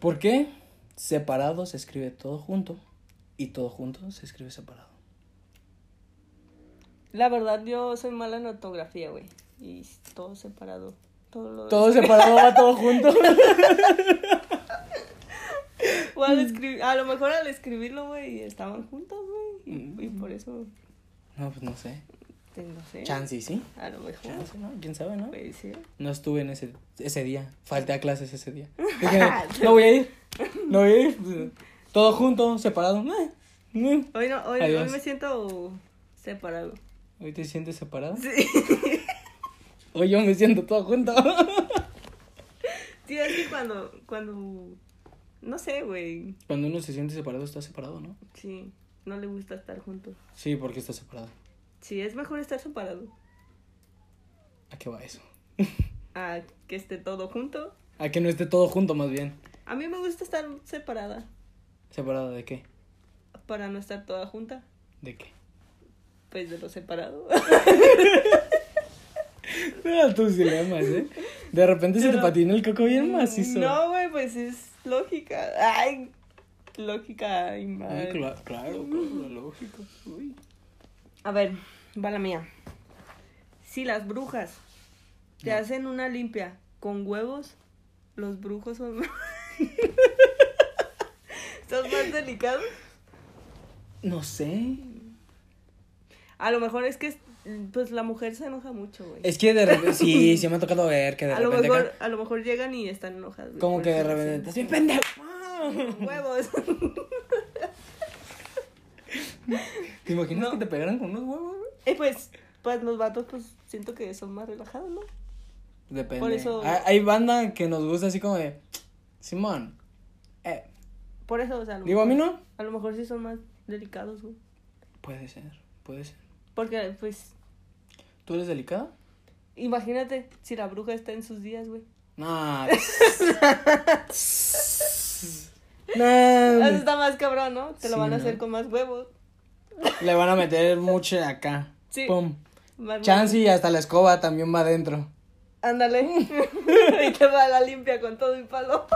S2: ¿Por qué separado se escribe todo junto y todo junto se escribe separado?
S1: La verdad, yo soy mala en ortografía, güey. Y todo separado. Todo lo.
S2: Todo separado va todo junto.
S1: O
S2: Mm.
S1: al escribir. A lo mejor al escribirlo, güey, estaban juntos, güey. Y, y
S2: Mm.
S1: por eso.
S2: No, pues no sé.
S1: te- No sé.
S2: Chance, y ¿sí?
S1: A lo mejor.
S2: Chance, ¿no? ¿Quién sabe, no?
S1: Puede ser.
S2: No estuve en ese, ese día. Falté a clases ese día. Dije, no voy a ir. No voy a ir. Todo junto, separado. Eh, eh.
S1: Hoy, no, hoy, hoy
S2: Adiós.
S1: me siento separado.
S2: ¿Hoy te sientes separado?
S1: Sí.
S2: Hoy yo me siento todo junto.
S1: Sí, es que cuando, cuando, no sé, güey,
S2: Cuando uno se siente separado, está separado, ¿no?
S1: sí, no le gusta estar juntos.
S2: Sí, porque está separado.
S1: Sí, es mejor estar separado
S2: ¿A qué va eso?
S1: a que esté todo junto.
S2: A que no esté todo junto, más bien.
S1: A mí me gusta estar separada
S2: ¿Separado de qué?
S1: para no estar toda junta,
S2: ¿De qué?
S1: pues de lo separado.
S2: Ah, tus dilemas, ¿eh? De repente se te
S1: Pero-
S2: patina el coco bien macizo.
S1: No, güey, pues es lógica. Ay, lógica y
S2: Ay,
S1: mal.
S2: cla- claro, claro, lógico. Uy.
S1: A ver, va la mía. Si las brujas te hacen una limpia con huevos, los brujos son. ¿Estás más delicado?
S2: No sé.
S1: A lo mejor es que es- pues la mujer se enoja mucho, güey.
S2: Es que de repente. Sí, sí me ha tocado ver que de
S1: A lo
S2: repente.
S1: mejor, pues,
S2: acá-
S1: a lo mejor llegan y están enojadas. güey,
S2: como
S1: por
S2: que de
S1: eso dicen,
S2: repente. ¡Estás bien pendejo!
S1: Huevos.
S2: ¿Te imaginas que te pegaran con unos huevos, güey?
S1: y pues, pues los vatos, pues siento que son más relajados, ¿no?
S2: Depende.
S1: Por eso-
S2: Hay, hay banda que nos gusta así como de. Simón. Eh,
S1: Por eso, o sea, a lo
S2: digo, a mí
S1: mejor-
S2: no.
S1: A lo mejor sí son más delicados, güey.
S2: Puede ser, puede ser.
S1: Porque, pues,
S2: ¿Tú eres delicada?
S1: Imagínate si la bruja está en sus días, güey.
S2: No.
S1: Eso
S2: no.
S1: está más cabrón, ¿no? Te lo
S2: Sí,
S1: van a
S2: ¿no?
S1: hacer con más huevos.
S2: Le van a meter mucho de acá.
S1: Sí.
S2: Pum.
S1: Más
S2: Chance y hasta la escoba también va adentro.
S1: Ándale. y te va a la limpia con todo y palo.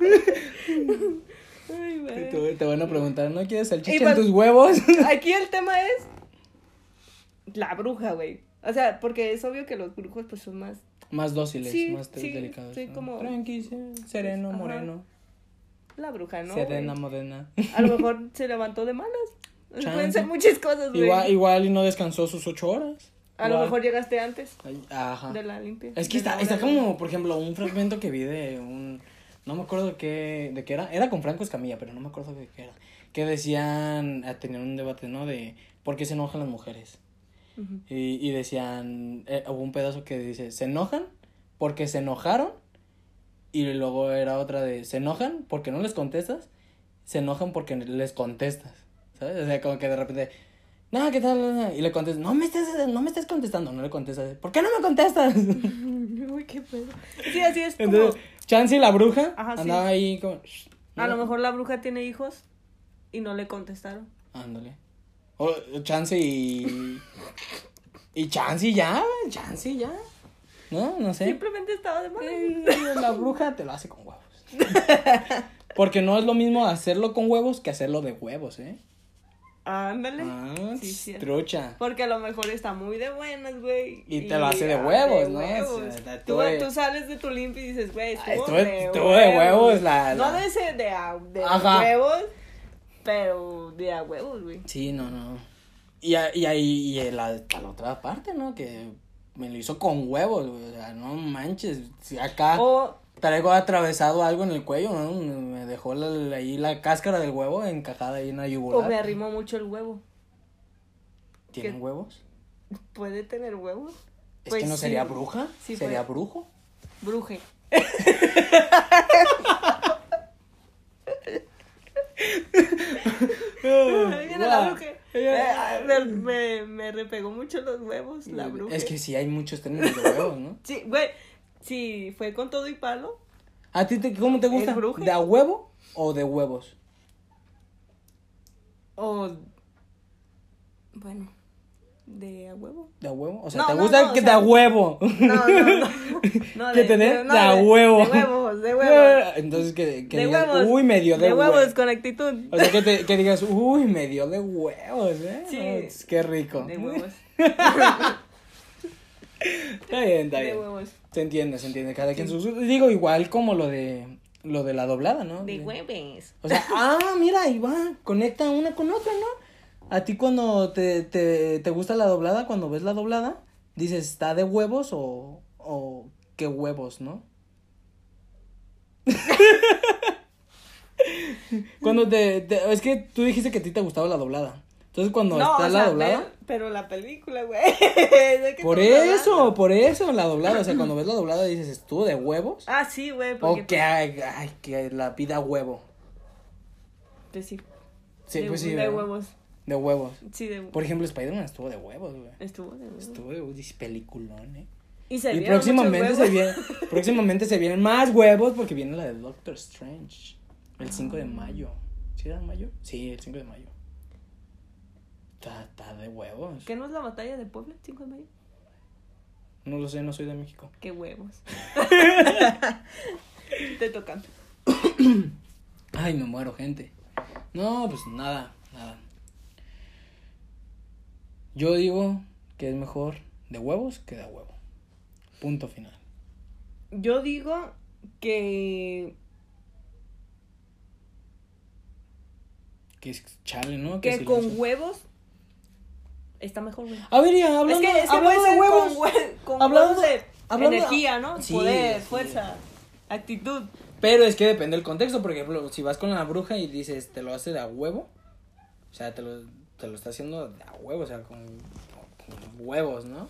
S1: Ay,
S2: Y
S1: güey.
S2: Te, te van a preguntar, ¿no quieres
S1: Y
S2: salchicha
S1: pues-
S2: en tus huevos?
S1: Aquí el tema es la bruja, güey. O sea, porque es obvio que los brujos pues son más...
S2: más dóciles,
S1: Sí,
S2: más
S1: sí,
S2: delicados.
S1: sí,
S2: ¿no?
S1: como- pues,
S2: Tranqui, se- sereno,
S1: Ajá.
S2: moreno,
S1: La bruja, ¿no? Pues,
S2: serena,
S1: güey?
S2: morena.
S1: A lo mejor se levantó de malas. Pueden
S2: Chance.
S1: ser muchas cosas, güey.
S2: Igual, igual y no descansó sus ocho horas.
S1: A lo
S2: Igual-
S1: mejor llegaste antes
S2: Ay, Ajá.
S1: de la limpia.
S2: Es que
S1: de la
S2: está,
S1: hora
S2: está
S1: de-
S2: como, por ejemplo, un fragmento que vi de un... No me acuerdo de qué, de qué era. Era con Franco Escamilla, pero no me acuerdo de qué era. Que decían, a tener un debate, ¿no? De por qué se enojan las mujeres.
S1: Ujú.
S2: Y, y decían, eh, hubo un pedazo que dice, se enojan porque se enojaron. Y luego era otra de, se enojan porque no les contestas. Se enojan porque les contestas. ¿Sabes? O sea, como que de repente, no, ¿qué tal? Y le contestas, no me estés, no me estés contestando. No le contestas, ¿por qué no me contestas?
S1: Uy, qué pedo. Sí, así es como.
S2: Entonces, Chance y la bruja
S1: Ajá, sí.
S2: andaba ahí como. "Shh,
S1: a
S2: no".
S1: lo mejor la bruja tiene hijos y no le contestaron.
S2: Ándale. O Chance y. y Chance y ya, güey, Chance y ya. No, no sé.
S1: Simplemente estaba de mal.
S2: Eh, La bruja te lo hace con huevos. Porque no es lo mismo hacerlo con huevos que hacerlo de huevos, ¿eh?
S1: Ándale.
S2: Ah,
S1: sí,
S2: tss,
S1: cierto.
S2: trucha.
S1: Porque a lo mejor está muy de buenas, güey.
S2: Y te lo hace de huevos, ¿no? O sea,
S1: Tú,
S2: estuve-
S1: tú sales de tu limpia y dices, güey,
S2: Ah,
S1: estuvo,
S2: estuve- estuvo de huevos, la-
S1: No
S2: la-
S1: de ese de, a- de
S2: Ajá.
S1: huevos, pero de a huevos, güey.
S2: Sí, no, no. Y, a- y ahí, y en la, a la otra parte, ¿no? Que me lo hizo con huevos, güey, O sea, no manches. Si acá
S1: O
S2: traigo atravesado algo en el cuello, ¿no? Me dejó la- ahí la cáscara del huevo encajada ahí en la
S1: O me
S2: yugular.
S1: arrimó mucho el huevo.
S2: ¿Tienen
S1: ¿Qué?
S2: huevos?
S1: ¿Puede tener huevos?
S2: ¿Es
S1: Pues
S2: que no
S1: sí.
S2: sería bruja?
S1: Sí,
S2: ¿Sería
S1: pues.
S2: brujo?
S1: Bruje. Mira la bruje. Eh, me, me- me repegó mucho los huevos, la bruja.
S2: Es que sí hay muchos términos de huevos, ¿no?
S1: Sí, güey. Sí, fue con todo y palo.
S2: ¿A ti te- cómo te gusta?
S1: bruja?
S2: ¿De a huevo o de huevos?
S1: O. Bueno, de a huevo.
S2: ¿De a huevo? O sea,
S1: No,
S2: ¿te
S1: no,
S2: gusta
S1: no, o
S2: que
S1: sea-
S2: de a huevo?
S1: No, no, no. No,
S2: que
S1: de-
S2: te dé
S1: de- no,
S2: de a
S1: de-
S2: huevo.
S1: De huevos, de huevos.
S2: Entonces que, que
S1: de
S2: digas,
S1: huevos.
S2: uy, me dio de,
S1: De
S2: huevos.
S1: huevos con actitud.
S2: O sea, que, te- que digas, uy, me dio de huevos, ¿eh?
S1: Sí.
S2: No, qué rico.
S1: De huevos.
S2: Está bien, está
S1: De
S2: bien.
S1: huevos.
S2: Se entiende, se entiende. Cada quien sus... Digo, igual como lo de, lo de la doblada, ¿no?
S1: De huevos.
S2: O sea, ah, mira, ahí va, conecta una con otra, ¿no? A ti cuando te, te, te gusta la doblada, cuando ves la doblada, dices, ¿está de huevos o, o qué huevos, no? cuando te, te- Es que tú dijiste que a ti te gustaba la doblada. Entonces cuando está
S1: o
S2: la
S1: sea,
S2: doblada...
S1: pero, pero la película, güey. ¿De qué
S2: Por
S1: estamos
S2: eso,
S1: hablando?
S2: por eso la doblada. O sea, cuando ves la doblada dices, ¿estuvo de huevos?
S1: Ah, sí, güey,
S2: O
S1: porque
S2: que, ay, ay, que la pida huevo.
S1: pues sí.
S2: Sí,
S1: de,
S2: pues sí.
S1: de
S2: ¿verdad?
S1: huevos.
S2: De huevos.
S1: Sí, de
S2: Por ejemplo, Spider-Man estuvo de huevos, güey.
S1: estuvo de huevos.
S2: Estuvo de huevos, dice, peliculón, eh.
S1: Y, se
S2: Y
S1: vieron
S2: próximamente
S1: muchos
S2: se,
S1: huevos.
S2: viene, próximamente se vienen más huevos porque viene la de Doctor Strange. El 5 de mayo. ¿Sí era en mayo? Sí, el 5 de mayo. Está, está de huevos.
S1: ¿Qué no es la batalla de Puebla, 5 de mayo?
S2: No lo sé, no soy de México.
S1: Qué huevos. Te tocan.
S2: Ay, me muero, gente. No, pues nada, nada. Yo digo que es mejor de huevos que de huevo. Punto final.
S1: Yo digo que
S2: Que es chale, ¿no? Qué
S1: que con
S2: silencio.
S1: huevos está mejor, güey.
S2: A ver, y hablando,
S1: Es que, es que
S2: hablando
S1: puede
S2: de
S1: ser
S2: huevos.
S1: con, hue- con
S2: Hablando-
S1: huevos de
S2: hablando-
S1: energía, ¿no?
S2: Sí,
S1: Poder,
S2: sí.
S1: fuerza, actitud.
S2: Pero es que depende del contexto. Por ejemplo, si vas con la bruja y dices, te lo hace de a huevo. O sea, te lo, te lo está haciendo de a huevo, o sea, con, con huevos, ¿no?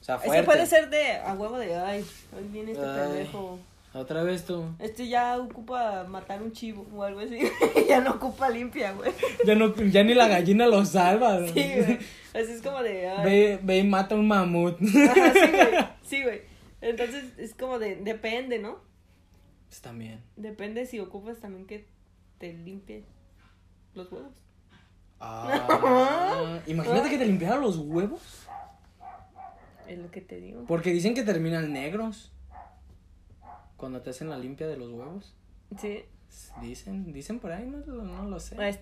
S2: O sea,
S1: Es
S2: fuerte.
S1: que puede ser de a huevo de ay, hoy viene este
S2: Ay.
S1: pendejo.
S2: Otra vez tú.
S1: Este ya ocupa matar un chivo o algo así. ya no ocupa limpia, güey.
S2: Ya, no, ya ni la gallina lo salva. ¿no?
S1: Sí, güey. Así es como de ay.
S2: Ve, ve y mata un mamut.
S1: Ajá, sí, güey. Sí, güey. Entonces es como de depende, ¿no?
S2: Pues también.
S1: Depende si ocupas también que te limpie los huevos.
S2: Ah, imagínate que te limpiaran los huevos.
S1: Es lo que te digo.
S2: Porque dicen que terminan negros. Cuando te hacen la limpia de los huevos.
S1: Sí.
S2: Dicen, dicen por ahí, no, lo- no lo sé.
S1: Es-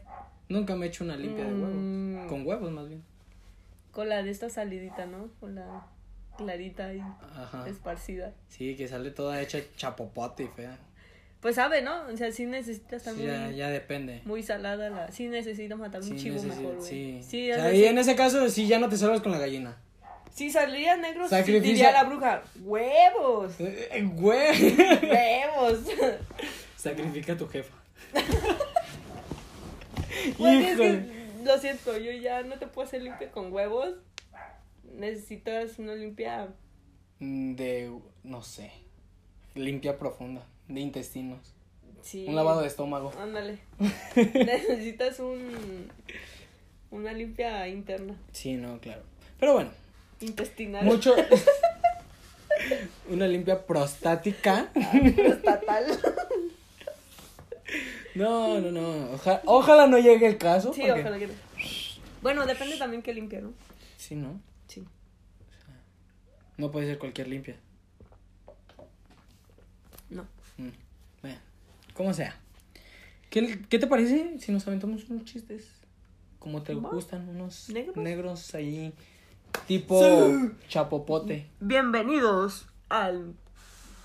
S2: Nunca me he hecho una limpia de huevos.
S1: Pues, Mm.
S2: Con huevos más bien.
S1: Con la de esta salidita, ¿no? Con la clarita ahí
S2: Ajá.
S1: esparcida.
S2: Sí, que sale toda hecha chapopote y fea.
S1: Pues sabe, ¿no? O sea, sí necesitas
S2: Sí,
S1: también.
S2: ya, ya depende.
S1: Muy salada la. Sí necesitas matar Mm, un
S2: Sí,
S1: chivo
S2: necesi-
S1: mejor, güey.
S2: sí.
S1: Sí,
S2: O
S1: o
S2: sea,
S1: sea,
S2: ahí en ese caso, sí, ya no te salvas con la gallina.
S1: Si saldría negro, sí
S2: Sacrificio-
S1: diría la bruja, huevos,
S2: Eh, eh, güey.
S1: huevos.
S2: Sacrifica a tu jefa.
S1: Güey, es que,
S2: Híjole.
S1: lo siento, yo ya no te puedo hacer limpia con huevos. Necesitas una limpia.
S2: mm, De, no sé, limpia profunda, de intestinos,
S1: Sí. Ah.
S2: un lavado de estómago.
S1: Ándale. Necesitas un. Una limpia interna,
S2: Sí, no, claro. Pero bueno,
S1: intestinal,
S2: mucho... Una limpia prostática.
S1: estatal.
S2: No, no, no. oja- ojalá no llegue el caso.
S1: Sí,
S2: porque-
S1: ojalá que. Bueno, depende también que limpia, ¿no?
S2: Sí, no.
S1: Sí.
S2: No puede ser cualquier limpia.
S1: No.
S2: Mm, Bueno, como sea. ¿Qué, qué te parece si nos aventamos unos chistes? Como te
S1: Va.
S2: gustan, unos
S1: ¿Negros?
S2: negros ahí, tipo chapopote.
S1: Bienvenidos al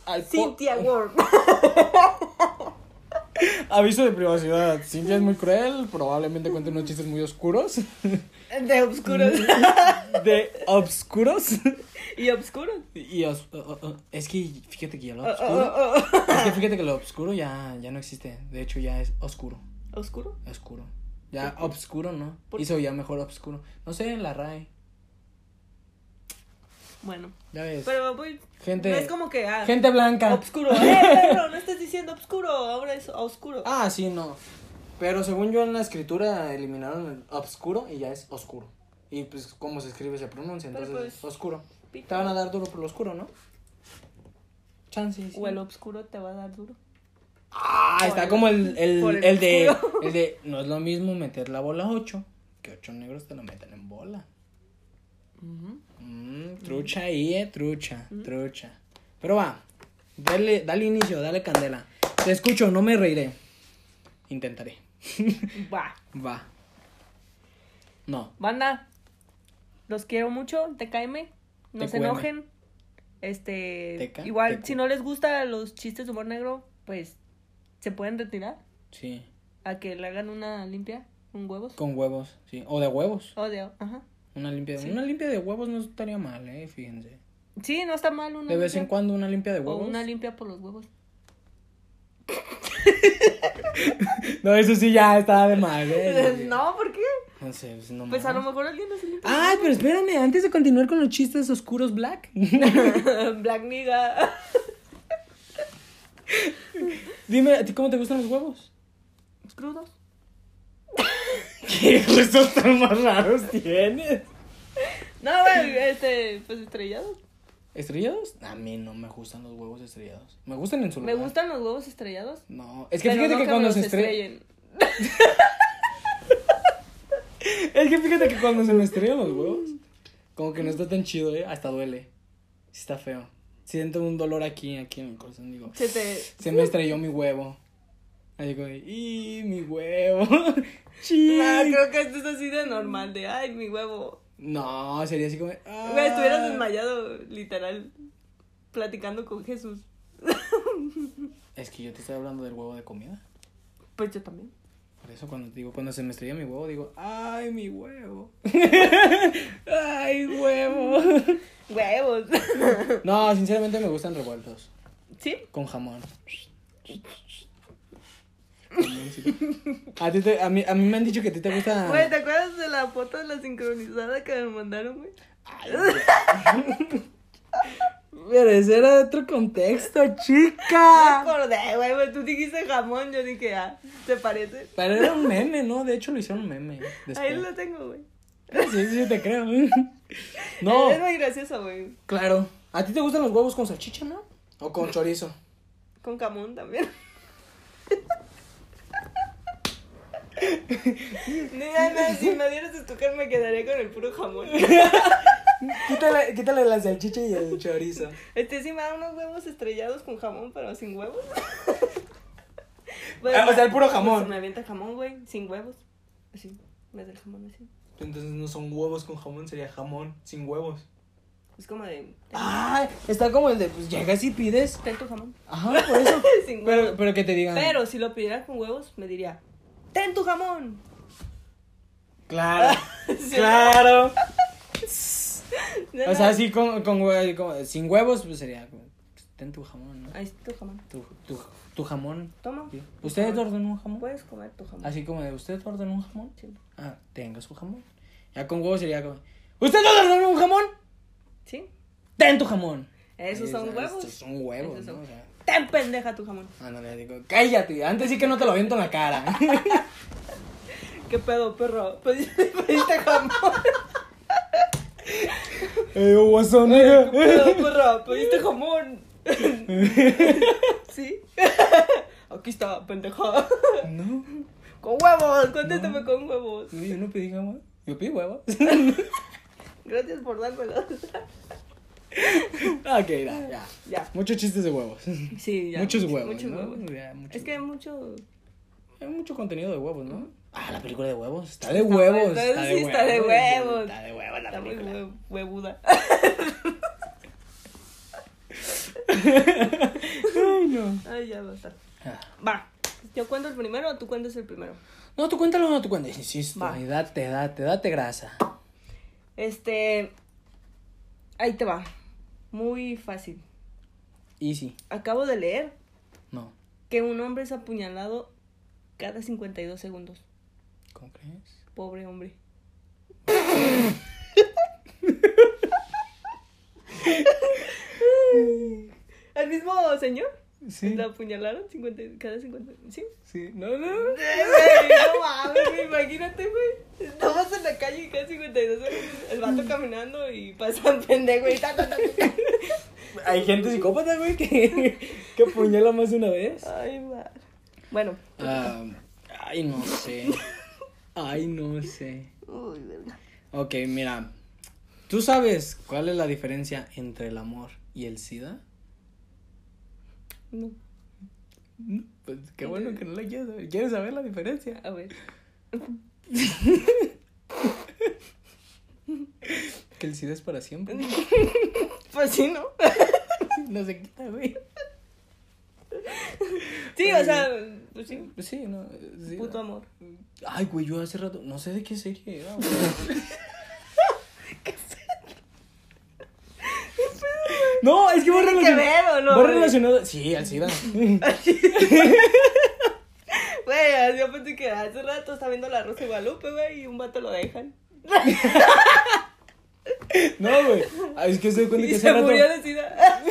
S2: Al po-
S1: Cynthia World.
S2: Aviso de privacidad. Cintia es muy cruel, probablemente cuente unos chistes muy oscuros.
S1: De oscuros.
S2: De obscuros.
S1: y Oh, obscuros.
S2: Y os- o- o- o- es que fíjate que ya lo
S1: O-
S2: obscuro.
S1: o- o-
S2: Es que fíjate que lo obscuro ya, ya no existe. De hecho, ya es oscuro.
S1: o- ¿Oscuro?
S2: Oscuro. Ya obscuro, ¿no?
S1: ¿Por
S2: Hizo ya mejor obscuro. No sé, la RAE.
S1: Bueno.
S2: Ya ves.
S1: Pero voy.
S2: Gente-
S1: No es como que. Ah,
S2: Gente blanca.
S1: Obscuro. ¡Eh, perro! No estás diciendo obscuro. Ahora es oscuro.
S2: Ah, sí, no. Pero según yo en la escritura eliminaron el obscuro y ya es oscuro. Y pues cómo se escribe se pronuncia,
S1: Pero,
S2: entonces
S1: pues,
S2: oscuro.
S1: pito.
S2: Te van a dar duro por lo oscuro, ¿no? Chances.
S1: O el obscuro te va a dar duro.
S2: Ah,
S1: por
S2: está
S1: el-
S2: como el, el,
S1: por
S2: el,
S1: el
S2: de
S1: oscuro.
S2: el de no es lo mismo meter la bola 8 que 8 negros te la meten en bola. Mm, trucha ahí, eh, trucha, trucha. Pero va, dale, dale inicio, dale candela. Te escucho, no me reiré. Intentaré.
S1: Va.
S2: Va. No.
S1: Banda, los quiero mucho, te caeme, no se
S2: TQM.
S1: enojen. Este,
S2: Teca,
S1: igual
S2: tecu.
S1: si no les gustan los chistes de humor negro, pues se pueden retirar
S2: Sí.
S1: a que le hagan una limpia, un huevos.
S2: Con huevos, sí. O de huevos.
S1: O de- ajá.
S2: Una limpia de, una limpia de huevos no estaría mal, eh, fíjense.
S1: Sí, no está mal una
S2: De vez
S1: limpia.
S2: en cuando una limpia de huevos.
S1: O una limpia por los huevos.
S2: No, eso sí ya estaba de mal, eh.
S1: no, ¿por qué?
S2: No sé, pues no
S1: Pues a lo
S2: mames.
S1: mejor alguien no se limpia.
S2: Ay, pero espérame, antes de continuar con los chistes oscuros black.
S1: Black nigga.
S2: Dime, ¿a ti cómo te gustan los huevos?
S1: Crudos.
S2: ¿Qué gustos tan más raros tienes?
S1: No, güey, este, pues estrellados.
S2: ¿Estrellados? A mí no me gustan los huevos estrellados. Me gustan en su
S1: Me
S2: lugar.
S1: gustan los huevos estrellados.
S2: No, Ah. es que
S1: pero
S2: fíjate
S1: no
S2: que,
S1: me
S2: cuando
S1: los
S2: se estrella.
S1: estrellen.
S2: Es que fíjate que cuando se me estrellan los huevos, como que no está tan chido, ¿eh? Hasta duele. Sí está feo. Siento un dolor aquí, aquí en el corazón. Digo,
S1: Se te
S2: se me estrelló mi huevo. Ahí digo, ¡y mi huevo! ¡Chi!
S1: No, creo que esto es así de normal, de ay, mi huevo.
S2: No, sería así como.
S1: Me
S2: ¡ah!
S1: estuvieras desmayado, literal, platicando con Jesús.
S2: Es que yo te estoy hablando del huevo de comida.
S1: Pues yo también.
S2: Por eso cuando digo, cuando se me estrella mi huevo, digo, ¡ay, mi huevo! ¡Ay, huevo!
S1: Huevos.
S2: No, sinceramente me gustan revueltos.
S1: ¿Sí?
S2: Con jamón. A, ti te- a, mí, a mí me han dicho que a ti te gusta.
S1: Güey, ¿te acuerdas de la foto de la sincronizada que me mandaron, güey?
S2: Ay, güey. Pero ese era otro contexto, chica.
S1: Me acordé, güey, güey, tú dijiste jamón, yo dije, ah, ¿te parece?
S2: Pero era un meme, ¿no? De hecho lo hicieron meme.
S1: Ahí
S2: Después.
S1: lo tengo, güey.
S2: Sí, sí, te creo. No,
S1: Es muy gracioso, güey.
S2: claro. ¿A ti te gustan los huevos con salchicha, no? O con chorizo.
S1: Con jamón también. Mira, no, si me dieras a escoger me quedaría con el puro jamón.
S2: Quítale, quítale la salchicha y el chorizo.
S1: Este sí me da unos huevos estrellados con jamón, pero sin huevos. Pues,
S2: Ah, o sea, el puro jamón.
S1: me avienta jamón, güey, sin huevos. Así, me da el jamón así.
S2: Entonces no son huevos con jamón, sería jamón sin huevos.
S1: Es como de,
S2: Ah, está como el de, pues llegas y pides.
S1: ten tu jamón.
S2: Ajá, por eso.
S1: sin huevos.
S2: Pero, pero que te digan.
S1: Pero si lo pidiera con huevos, me diría, ten tu jamón.
S2: Claro.
S1: Sí.
S2: Claro. O sea, así con, con hue- como- sin huevos, pues sería. como, pues, Ten tu jamón, ¿no?
S1: Ahí está tu jamón.
S2: Tu, tu, tu jamón.
S1: Toma.
S2: ¿sí? ¿Ustedes ordenan un jamón?
S1: Puedes comer tu jamón.
S2: Así como de, ¿ustedes ordenan un jamón?
S1: Pues, Sí.
S2: Ah, tenga su jamón. Ya con huevos sería como, ¿ustedes ordenan un jamón?
S1: ¿Sí?
S2: Ten tu jamón.
S1: Esos
S2: Eh,
S1: son
S2: estos
S1: huevos.
S2: son huevos,
S1: Esos son-
S2: ¿no? O sea,
S1: Ten pendeja tu jamón.
S2: ándale, digo, cállate. Antes sí que no te lo aviento en la cara.
S1: ¿Qué pedo, perro?
S2: Pues,
S1: Pediste, pediste jamón.
S2: Eh, guasón,
S1: ¿Qué pedo, perro? Pediste jamón. ¿Sí? Aquí está, pendeja.
S2: No,
S1: Con huevos, contéstame con huevos.
S2: yo no pedí jamón. Yo pedí huevos.
S1: Gracias por dármelo.
S2: ok, ya, ya.
S1: ya.
S2: Muchos chistes de huevos.
S1: Sí, ya.
S2: muchos huevos.
S1: Muchos
S2: ¿no?
S1: huevos.
S2: Ya, muchos
S1: Es que hay mucho.
S2: Hay mucho contenido de huevos, ¿no? Ah, la película de huevos. Está de huevos.
S1: bueno, sí, está de huevos.
S2: Está de huevos la
S1: Está muy
S2: película.
S1: hue- huevuda.
S2: Ay, no.
S1: Ay, ya basta.
S2: Ah.
S1: Va. ¿Yo cuento el primero o tú cuentas el primero?
S2: No, tú cuéntalo, no, tú cuéntalo. Insisto,
S1: Va.
S2: y date, date, date grasa.
S1: Este. Ahí te va. Muy fácil.
S2: Easy.
S1: Acabo de leer
S2: No.
S1: que un hombre es apuñalado cada 52 segundos.
S2: ¿Cómo crees?
S1: Pobre hombre. ¿Al mismo señor?
S2: Sí.
S1: ¿Lo apuñalaron 50, cada 50? ¿Sí?
S2: Sí. No, no.
S1: Güey, no mames, güey, imagínate, güey. Estamos en la calle y cada 52 horas, el vato caminando y pasan pendejo y ta, ta, ta, ta.
S2: Hay gente psicópata, güey, que, que apuñala más de una vez.
S1: Ay, va. Bueno.
S2: Ah, ay, no sé. Ay, no sé.
S1: Uy, verga.
S2: Ok, mira. ¿Tú sabes cuál es la diferencia entre el amor y el SIDA?
S1: No,
S2: Pues qué bueno que no la quieres saber. ¿Quieres saber la diferencia?
S1: a ver.
S2: Que el SIDA es para siempre.
S1: Pues sí, ¿no?
S2: No se quita, güey.
S1: Sí, o sea, pues sí.
S2: Pues sí, no. sí,
S1: Puto
S2: no.
S1: amor.
S2: Ay, güey, yo hace rato. No sé de qué serie era, güey. No, es que va
S1: ¿Tiene que ver o no,
S2: va
S1: güey?
S2: relacionado. Sí, al SIDA.
S1: Güey, yo pensé que hace rato está viendo la Rosa de Guadalupe, güey, y un vato lo dejan.
S2: No, güey. Ah, Es que se doy cuenta que
S1: Y
S2: hace
S1: se
S2: rato.
S1: murió de sida.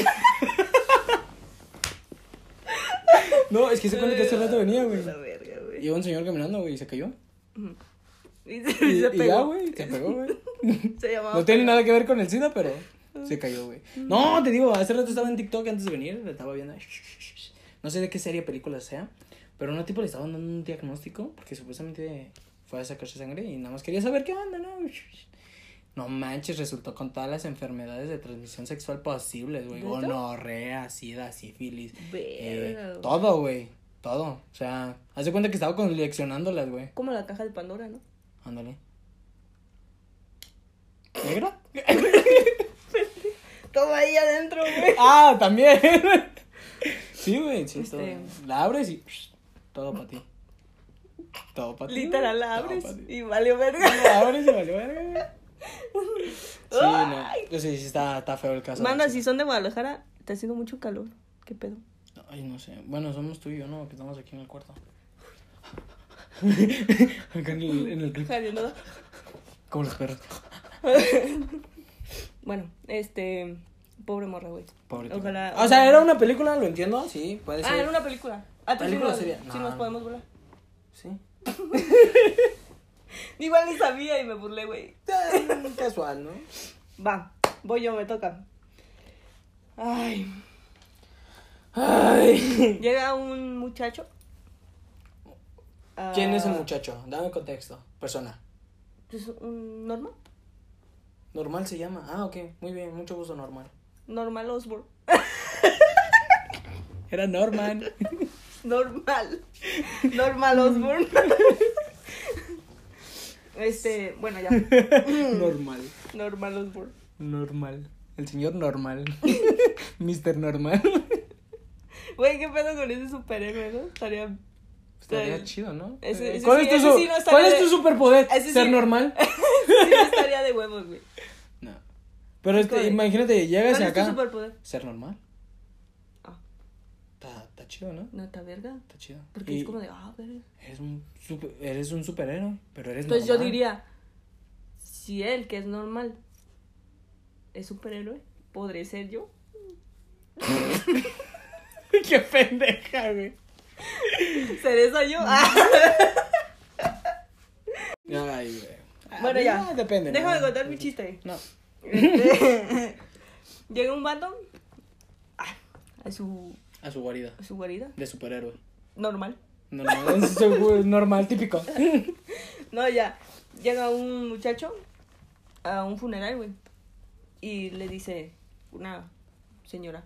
S2: No, es que se doy cuenta que hace rato venía, güey.
S1: La verga, güey.
S2: Lleva un señor caminando, güey, y se cayó.
S1: Y
S2: Y,
S1: se, y se
S2: y ya,
S1: pegó.
S2: güey, se pegó, güey.
S1: Se llamaba.
S2: No tiene nada que ver con el SIDA, pero se cayó, güey.
S1: Mm.
S2: No, te digo, hace rato estaba en TikTok antes de venir, la estaba viendo. No sé de qué serie película sea, pero una tipo le estaban dando un diagnóstico porque supuestamente fue a sacarse sangre y nada más quería saber qué onda, ¿no? No manches, resultó con todas las enfermedades de transmisión sexual posibles, güey.
S1: ¿Neta?
S2: Gonorrea, sida, sífilis. eh,
S1: Verga, güey.
S2: todo, güey. Todo. O sea, hace cuenta que estaba coleccionándolas, güey.
S1: Como la caja de Pandora, ¿no?
S2: Ándale. ¿Negra?
S1: Todo ahí adentro, güey.
S2: Ah, también. Sí, güey, sí,
S1: Este-
S2: todo. La abres y todo para ti. Todo para ti.
S1: Literal, la
S2: Todo
S1: abres
S2: pa' ti.
S1: y valió verga.
S2: La abres y vale, verga. Sí, no. Yo sé, sí, está, está feo el caso.
S1: Ah, Manda,
S2: sí.
S1: si son de Guadalajara, está haciendo mucho calor. ¿Qué pedo?
S2: Ay, no sé. Bueno, somos tú y yo, ¿no? Que estamos aquí en el cuarto. Acá en el, en el clip,
S1: Jaleando.
S2: como los perros.
S1: Bueno, este. Pobre morra, güey.
S2: Pobre tipo.
S1: Ojalá.
S2: O sea, era una película, lo entiendo, sí, puede ser.
S1: Ah, era una película. Ah, tú sí
S2: ¿Película
S1: nos-
S2: o serie?
S1: sí
S2: No.
S1: nos podemos volar.
S2: Sí.
S1: Igual ni sabía y me burlé, güey.
S2: Eh, Casual, ¿no?
S1: Va, voy yo, me toca. Ay.
S2: Ay.
S1: Llega un muchacho. a-
S2: ¿Quién es el muchacho? Dame contexto. Persona.
S1: Pues un normal.
S2: Normal se llama. Ah, ok. Muy bien. Mucho gusto, Normal.
S1: Normal Osborn.
S2: Era Norman.
S1: Normal. Normal Osborn. este, bueno, ya.
S2: normal.
S1: Normal Osborn.
S2: Normal. El señor Normal. Mr. Normal.
S1: Güey, qué pedo con ese superhéroe, ¿no? Estaría.
S2: Estaría
S1: estaría-
S2: chido, ¿no?
S1: Ese- ese
S2: ¿Cuál,
S1: sí-
S2: es tu,
S1: ese
S2: su-
S1: sí no estaría
S2: ¿Cuál es
S1: de-
S2: tu superpoder?
S1: ese sí.
S2: ¿Ser normal?
S1: Sí, estaría de huevos, güey.
S2: No. Pero este,
S1: ¿Cuál-
S2: imagínate, llegas
S1: ¿Cuál es tu
S2: acá.
S1: superpoder?
S2: ¿Ser normal?
S1: Ah.
S2: Está, está chido, ¿no?
S1: No, está verga.
S2: Está chido.
S1: Porque
S2: Y
S1: es como de, ah, verga.
S2: eres un, super, eres un superhéroe, pero eres
S1: Entonces Pues yo
S2: normal.
S1: diría, si él, que es normal, es superhéroe, ¿podré ser yo?
S2: Qué pendeja, güey.
S1: ¿Seré esa yo? Ah.
S2: Ay, güey.
S1: Bueno,
S2: Ah,
S1: ya.
S2: Depende. ¿no?
S1: Déjame contar mi chiste.
S2: No.
S1: Este, Llega un vato ah, a su,
S2: A su guarida.
S1: a su guarida,
S2: De superhéroe.
S1: normal.
S2: Normal, es su- normal típico.
S1: No, ya. Llega un muchacho a un funeral, güey. Y le dice una señora.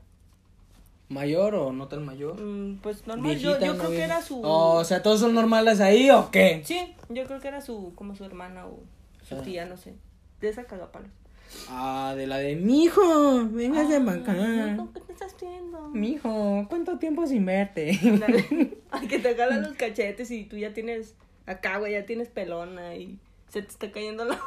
S2: ¿Mayor o no tan mayor?
S1: mm, pues normal, yo,
S2: Viejita,
S1: yo
S2: no
S1: creo que
S2: vieja.
S1: era su...
S2: Oh, o sea, ¿todos son normales ahí o qué?
S1: Sí, yo creo que era su, como su hermana o su
S2: Ah.
S1: tía, no sé. De esa cagapalos.
S2: Ah, de la de mi hijo. Vengas de
S1: No,
S2: acá.
S1: ¿Qué te estás entiendo.
S2: Mijo, ¿cuánto tiempo sin verte?
S1: Ay, que te jalan los cachetes y tú ya tienes. Acá, güey, ya tienes pelona y se te está cayendo la.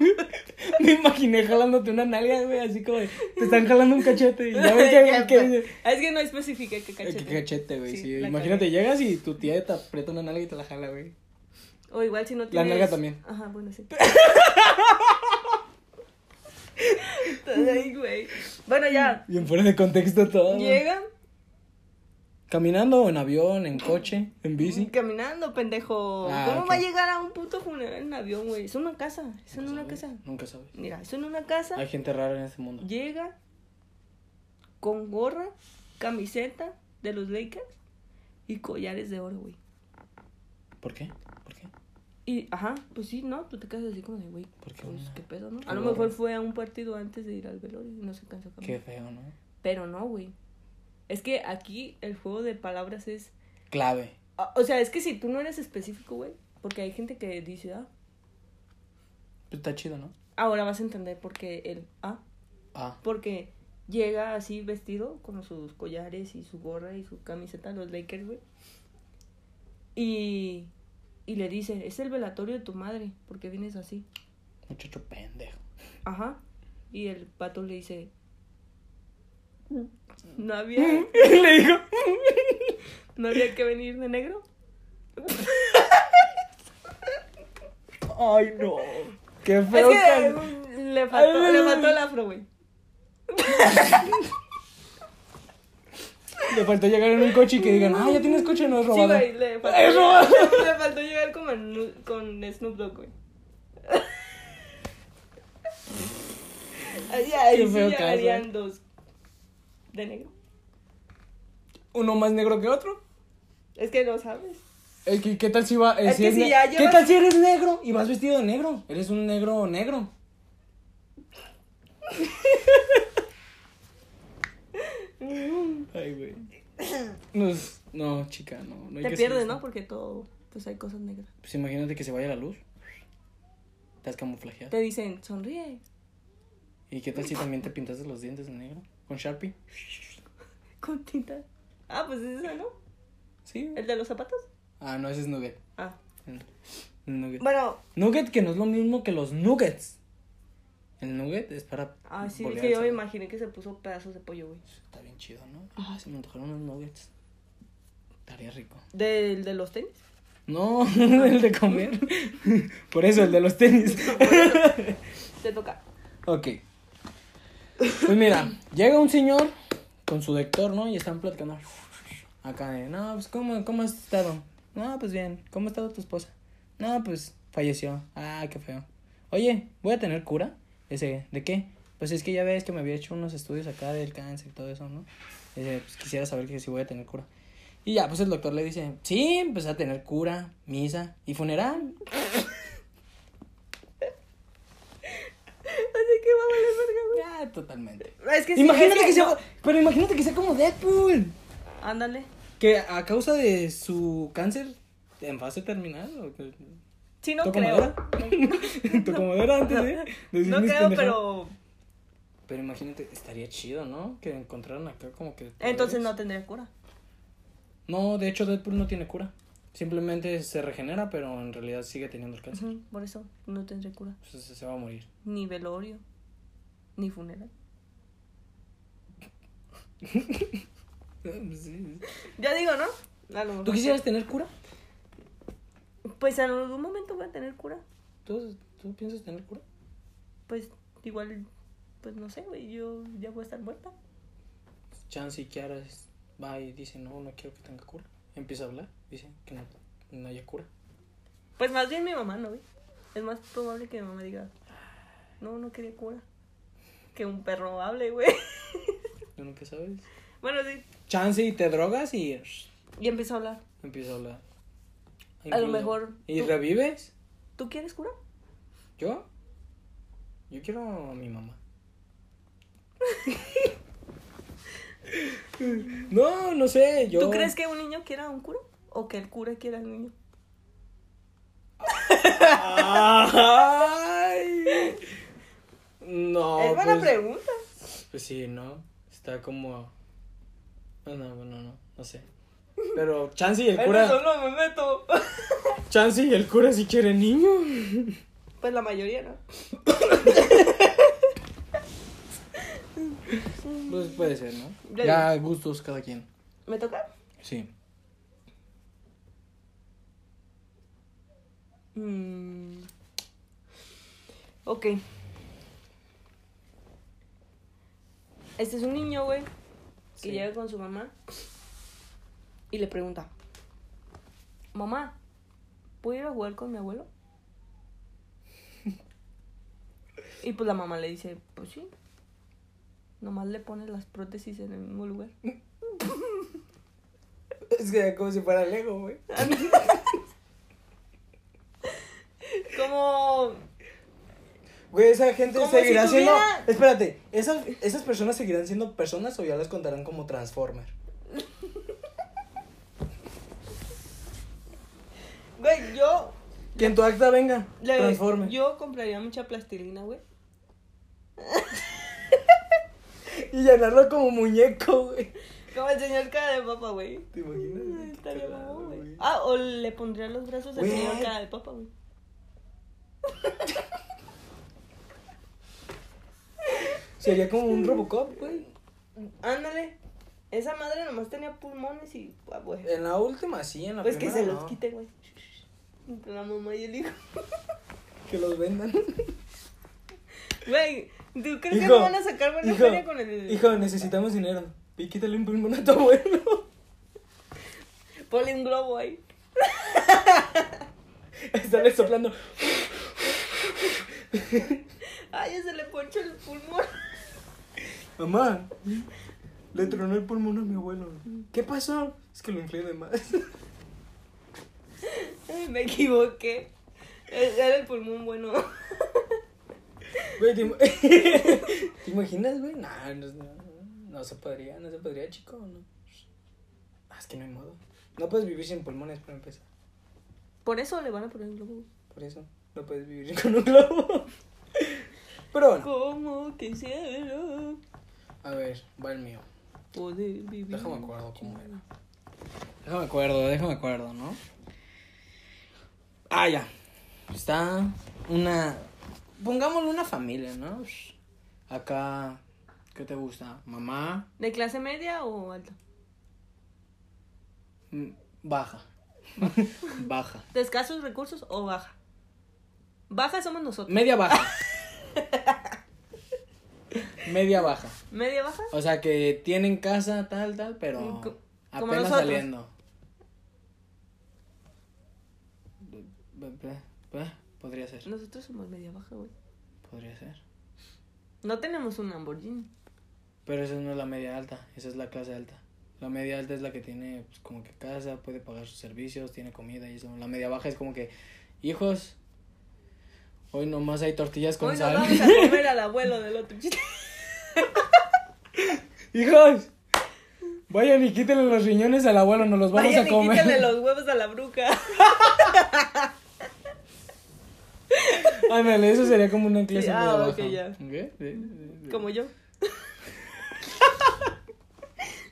S2: Me imaginé jalándote una nalga, güey, así como de, te están jalando un cachete. Y ya ves que, que dice,
S1: Ah, Es que no especifiqué qué
S2: "Eh,
S1: cachete.
S2: qué cachete, güey. sí.
S1: la
S2: Imagínate,
S1: cagué.
S2: llegas y tu tía te aprieta una nalga y te la jala, güey.
S1: O igual si no tienes.
S2: nalga también.
S1: Ajá, bueno, sí. Ay, güey. Bueno, ya.
S2: Bien fuera de contexto todo. güey.
S1: Llega
S2: Caminando, en avión, en coche, en bici.
S1: caminando, pendejo.
S2: Ah,
S1: ¿Cómo
S2: ok.
S1: va a llegar a un puto funeral en avión, güey? Es una casa. Es en una
S2: Nunca
S1: casa.
S2: sabes, Nunca sabes.
S1: Mira, es en una casa.
S2: Hay gente rara en este mundo.
S1: Llega con gorra, camiseta de los Lakers y collares de oro, güey.
S2: ¿Por qué? ¿Por qué?
S1: Y, ajá, pues sí, ¿no? Tú te quedas así como de, güey,
S2: ¿Por qué
S1: pues,
S2: una?
S1: qué pedo, ¿no?
S2: Qué
S1: A lo
S2: gorra.
S1: mejor fue a un partido antes de ir al velorio y no se cansó caminar.
S2: Qué feo, ¿no?
S1: Pero no, güey. Es que aquí el juego de palabras es...
S2: Clave.
S1: ah, O sea, es que si tú no eres específico, güey, porque hay gente que dice, ah,
S2: Pues está chido, ¿no?
S1: ahora vas a entender por qué el, ah,
S2: Ah.
S1: Porque llega así vestido con sus collares y su gorra y su camiseta, los Lakers, güey. Y, y le dice, es el velatorio de tu madre, ¿por qué vienes así?
S2: Muchacho pendejo.
S1: Ajá. Y el pato le dice, no había,
S2: Le dijo.
S1: no había que venir de negro.
S2: Ay, no. Qué
S1: Es
S2: feo.
S1: que
S2: can-
S1: le faltó,
S2: Ay.
S1: le faltó el afro, güey.
S2: Le faltó llegar en un coche y que digan, ah, ya tienes coche, no es
S1: Sí,
S2: robado.
S1: güey, le faltó, llegar,
S2: Es robado.
S1: le faltó llegar como en nu- con Snoop Dogg, güey. Ay, ay,
S2: Qué
S1: sí,
S2: feo
S1: ya
S2: caso. eh.
S1: harían dos de negro.
S2: Uno más negro que otro.
S1: Es que no sabes.
S2: Es que, ¿Qué tal si va? eh,
S1: Es que
S2: es
S1: si
S2: ne-
S1: ya
S2: ¿Qué
S1: llevas-
S2: tal si eres negro y vas vestido de negro? Eres un negro negro. Ay, güey. Nos- No, chica, no. no hay
S1: Te
S2: que hacer
S1: pierdes,
S2: esto.
S1: ¿no? Porque todo, pues hay cosas negras.
S2: Pues imagínate que se vaya la luz. Estás camuflajeado.
S1: Te dicen, sonríe.
S2: ¿Y qué tal si también te pintaste los dientes de negro? ¿Con Sharpie?
S1: Con tinta. Ah, pues es esa, ¿no?
S2: Sí.
S1: ¿El de los zapatos?
S2: Ah, no, ese es Nugget.
S1: Ah.
S2: Nugget.
S1: Bueno,
S2: Nugget que no es lo mismo que los nuggets. El nugget es para.
S1: ah, sí,
S2: volver
S1: que
S2: al
S1: yo me
S2: sabor.
S1: imaginé que se puso pedazos de pollo, güey.
S2: Está bien chido, ¿no? Ah, se me antojaron unos nuggets. Estaría rico.
S1: ¿Del de los tenis?
S2: No, el de comer. Por eso, el de los tenis.
S1: Te toca.
S2: ok. Pues mira, llega un señor con su lector, ¿no? Y están platicando. Acá de, no, pues, ¿cómo, cómo has estado? No, pues bien. ¿Cómo ha estado tu esposa? No, pues falleció. Ah, qué feo. Oye, ¿voy a tener cura? Ese, ¿de qué? Pues es que ya ves que me había hecho unos estudios acá del cáncer y todo eso, ¿no? Dice, pues quisiera saber que si voy a tener cura. Y ya, pues el doctor le dice, sí, pues a tener cura, misa y funeral.
S1: Así que va a valer verga, güey.
S2: Ya, totalmente.
S1: Es que sí,
S2: imagínate
S1: es
S2: que,
S1: que
S2: sea,
S1: no.
S2: pero imagínate que sea como Deadpool,
S1: Ándale.
S2: que a causa de su cáncer en fase terminal o que-
S1: Sí, no
S2: ¿Toco
S1: creo.
S2: madera? Tocó madera antes de, de decir
S1: No
S2: mis
S1: creo,
S2: pendejadas.
S1: pero.
S2: Pero imagínate, estaría chido, ¿no? Que encontraran acá como que
S1: Entonces no
S2: poderes.
S1: tendría cura.
S2: No, de hecho Deadpool no tiene cura. Simplemente se regenera, pero en realidad sigue teniendo el cáncer.
S1: Ujú, Por eso no tendría cura.
S2: Entonces se va a morir.
S1: Ni velorio, ni funeral. Ya digo, ¿no? A lo mejor.
S2: ¿Tú quisieras tener cura?
S1: Pues en algún momento voy a tener cura.
S2: ¿Tú, tú piensas tener cura?
S1: Pues igual, pues no sé, güey. Yo ya voy a estar muerta.
S2: Chance y Kiara es- va y dice, no, no quiero que tenga cura. Empieza a hablar, dice que no, no haya cura.
S1: Pues más bien mi mamá, ¿no, güey? Es más probable que mi mamá diga, no, no quería cura. Que un perro hable, güey.
S2: Tú nunca sabes.
S1: Bueno, sí.
S2: Chance y te drogas y sh,
S1: Y empiezo a hablar.
S2: empieza a hablar.
S1: A lo mejor
S2: ¿Y
S1: tú-
S2: revives?
S1: ¿Tú quieres cura?
S2: ¿Yo? Yo quiero a mi mamá. no, no sé, yo...
S1: ¿Tú crees que un niño quiera un cura? ¿O que el cura quiera al niño?
S2: Ay. No,
S1: es buena
S2: pues-
S1: pregunta.
S2: Pues sí, ¿no? Está como Ah, No, bueno, no, no sé. Pero Chansi y el
S1: En
S2: cura.
S1: eso no me meto.
S2: Chansi y el cura si quieren niño.
S1: Pues la mayoría, ¿no?
S2: Pues puede ser, ¿no?
S1: Ya
S2: Ya gustos cada quien.
S1: ¿Me toca?
S2: Sí.
S1: Mm. Ok. Este es un niño, güey, que
S2: Sí.
S1: llega con su mamá y le pregunta, mamá, ¿puedo ir a jugar con mi abuelo? y pues la mamá le dice, pues sí. Nomás le pones las prótesis en el mismo lugar.
S2: Es que como si fuera Lego, güey.
S1: Como...
S2: Güey, esa gente
S1: Como
S2: seguirá
S1: si
S2: siendo.
S1: tuviera-
S2: Espérate, ¿esas, ¿esas personas seguirán siendo personas o ya las contarán como Transformer?
S1: Güey, yo
S2: Que en tu acta venga,
S1: Le-
S2: Transformer.
S1: Yo compraría mucha plastilina, güey.
S2: Y llenarlo como muñeco, güey.
S1: Como el señor cara de papa, güey.
S2: ¿Te imaginas? Qué
S1: Estaría
S2: cagado,
S1: mamón, güey.
S2: güey.
S1: Ah, o le pondría los brazos al
S2: Güey.
S1: señor cara de papa, güey.
S2: Sería como un Robocop, güey.
S1: Pues, Ándale. Esa madre nomás tenía pulmones y. ah, güey.
S2: En la última sí, en Eh, la
S1: Pues que
S2: primera
S1: se los
S2: no.
S1: quite, güey. Entre la mamá y el hijo.
S2: Que los vendan.
S1: Güey, ¿tú crees que
S2: Hijo,
S1: no van a sacar buena
S2: hijo,
S1: feria con el.
S2: Hijo, necesitamos dinero. Y quítale un pulmón a tu abuelo.
S1: Ponle un globo ahí.
S2: Estarle soplando.
S1: Ay, ya se le ponchó el pulmón.
S2: Mamá, le tronó el pulmón a mi abuelo. ¿Qué pasó? Es que lo inflé de más.
S1: Ay, me equivoqué. E-, Era el pulmón bueno.
S2: Güey, ¿te, im- ¿Te imaginas, güey? Nah, no, no, no se podría, no se podría, chico. No. Ah, es que no hay modo. No puedes vivir sin pulmones para empezar.
S1: Por eso le van a poner un globo.
S2: Por eso, no puedes vivir con un globo. Pero bueno,
S1: Como quisiera
S2: a ver, va el mío.
S1: poder vivir.
S2: Déjame acuerdo cómo era. Déjame acuerdo, déjame acuerdo, ¿no? Ah, ya. Está una. Pongámosle una familia, ¿no? Acá. ¿Qué te gusta? Mamá,
S1: ¿De clase media o alta?
S2: Mm, Baja. baja.
S1: ¿De escasos recursos o baja? Baja somos nosotros.
S2: Media baja. Media baja.
S1: ¿Media baja?
S2: O sea que tienen casa tal, tal, pero
S1: Mm, co- como
S2: apenas
S1: nosotros.
S2: saliendo. Pe- pe- pe- Podría ser.
S1: Nosotros somos media baja, güey.
S2: Podría ser.
S1: No tenemos un Lamborghini.
S2: Pero esa no es la media alta, esa es la clase alta. La media alta es la que tiene pues, como que casa, puede pagar sus servicios, tiene comida y eso. La media baja es como que, hijos, hoy nomás hay tortillas con
S1: Hoy nos
S2: sal.
S1: vamos a comer al abuelo del otro chiste.
S2: Hijos, vayan y quítenle los riñones al abuelo, nos los vamos
S1: Vayan
S2: a
S1: y
S2: comer.
S1: quítenle los huevos a la bruja.
S2: Ándale, eso sería como una clase
S1: Sí, ah,
S2: media
S1: ok,
S2: baja.
S1: ya.
S2: Ok, sí, sí, sí.
S1: Como yo.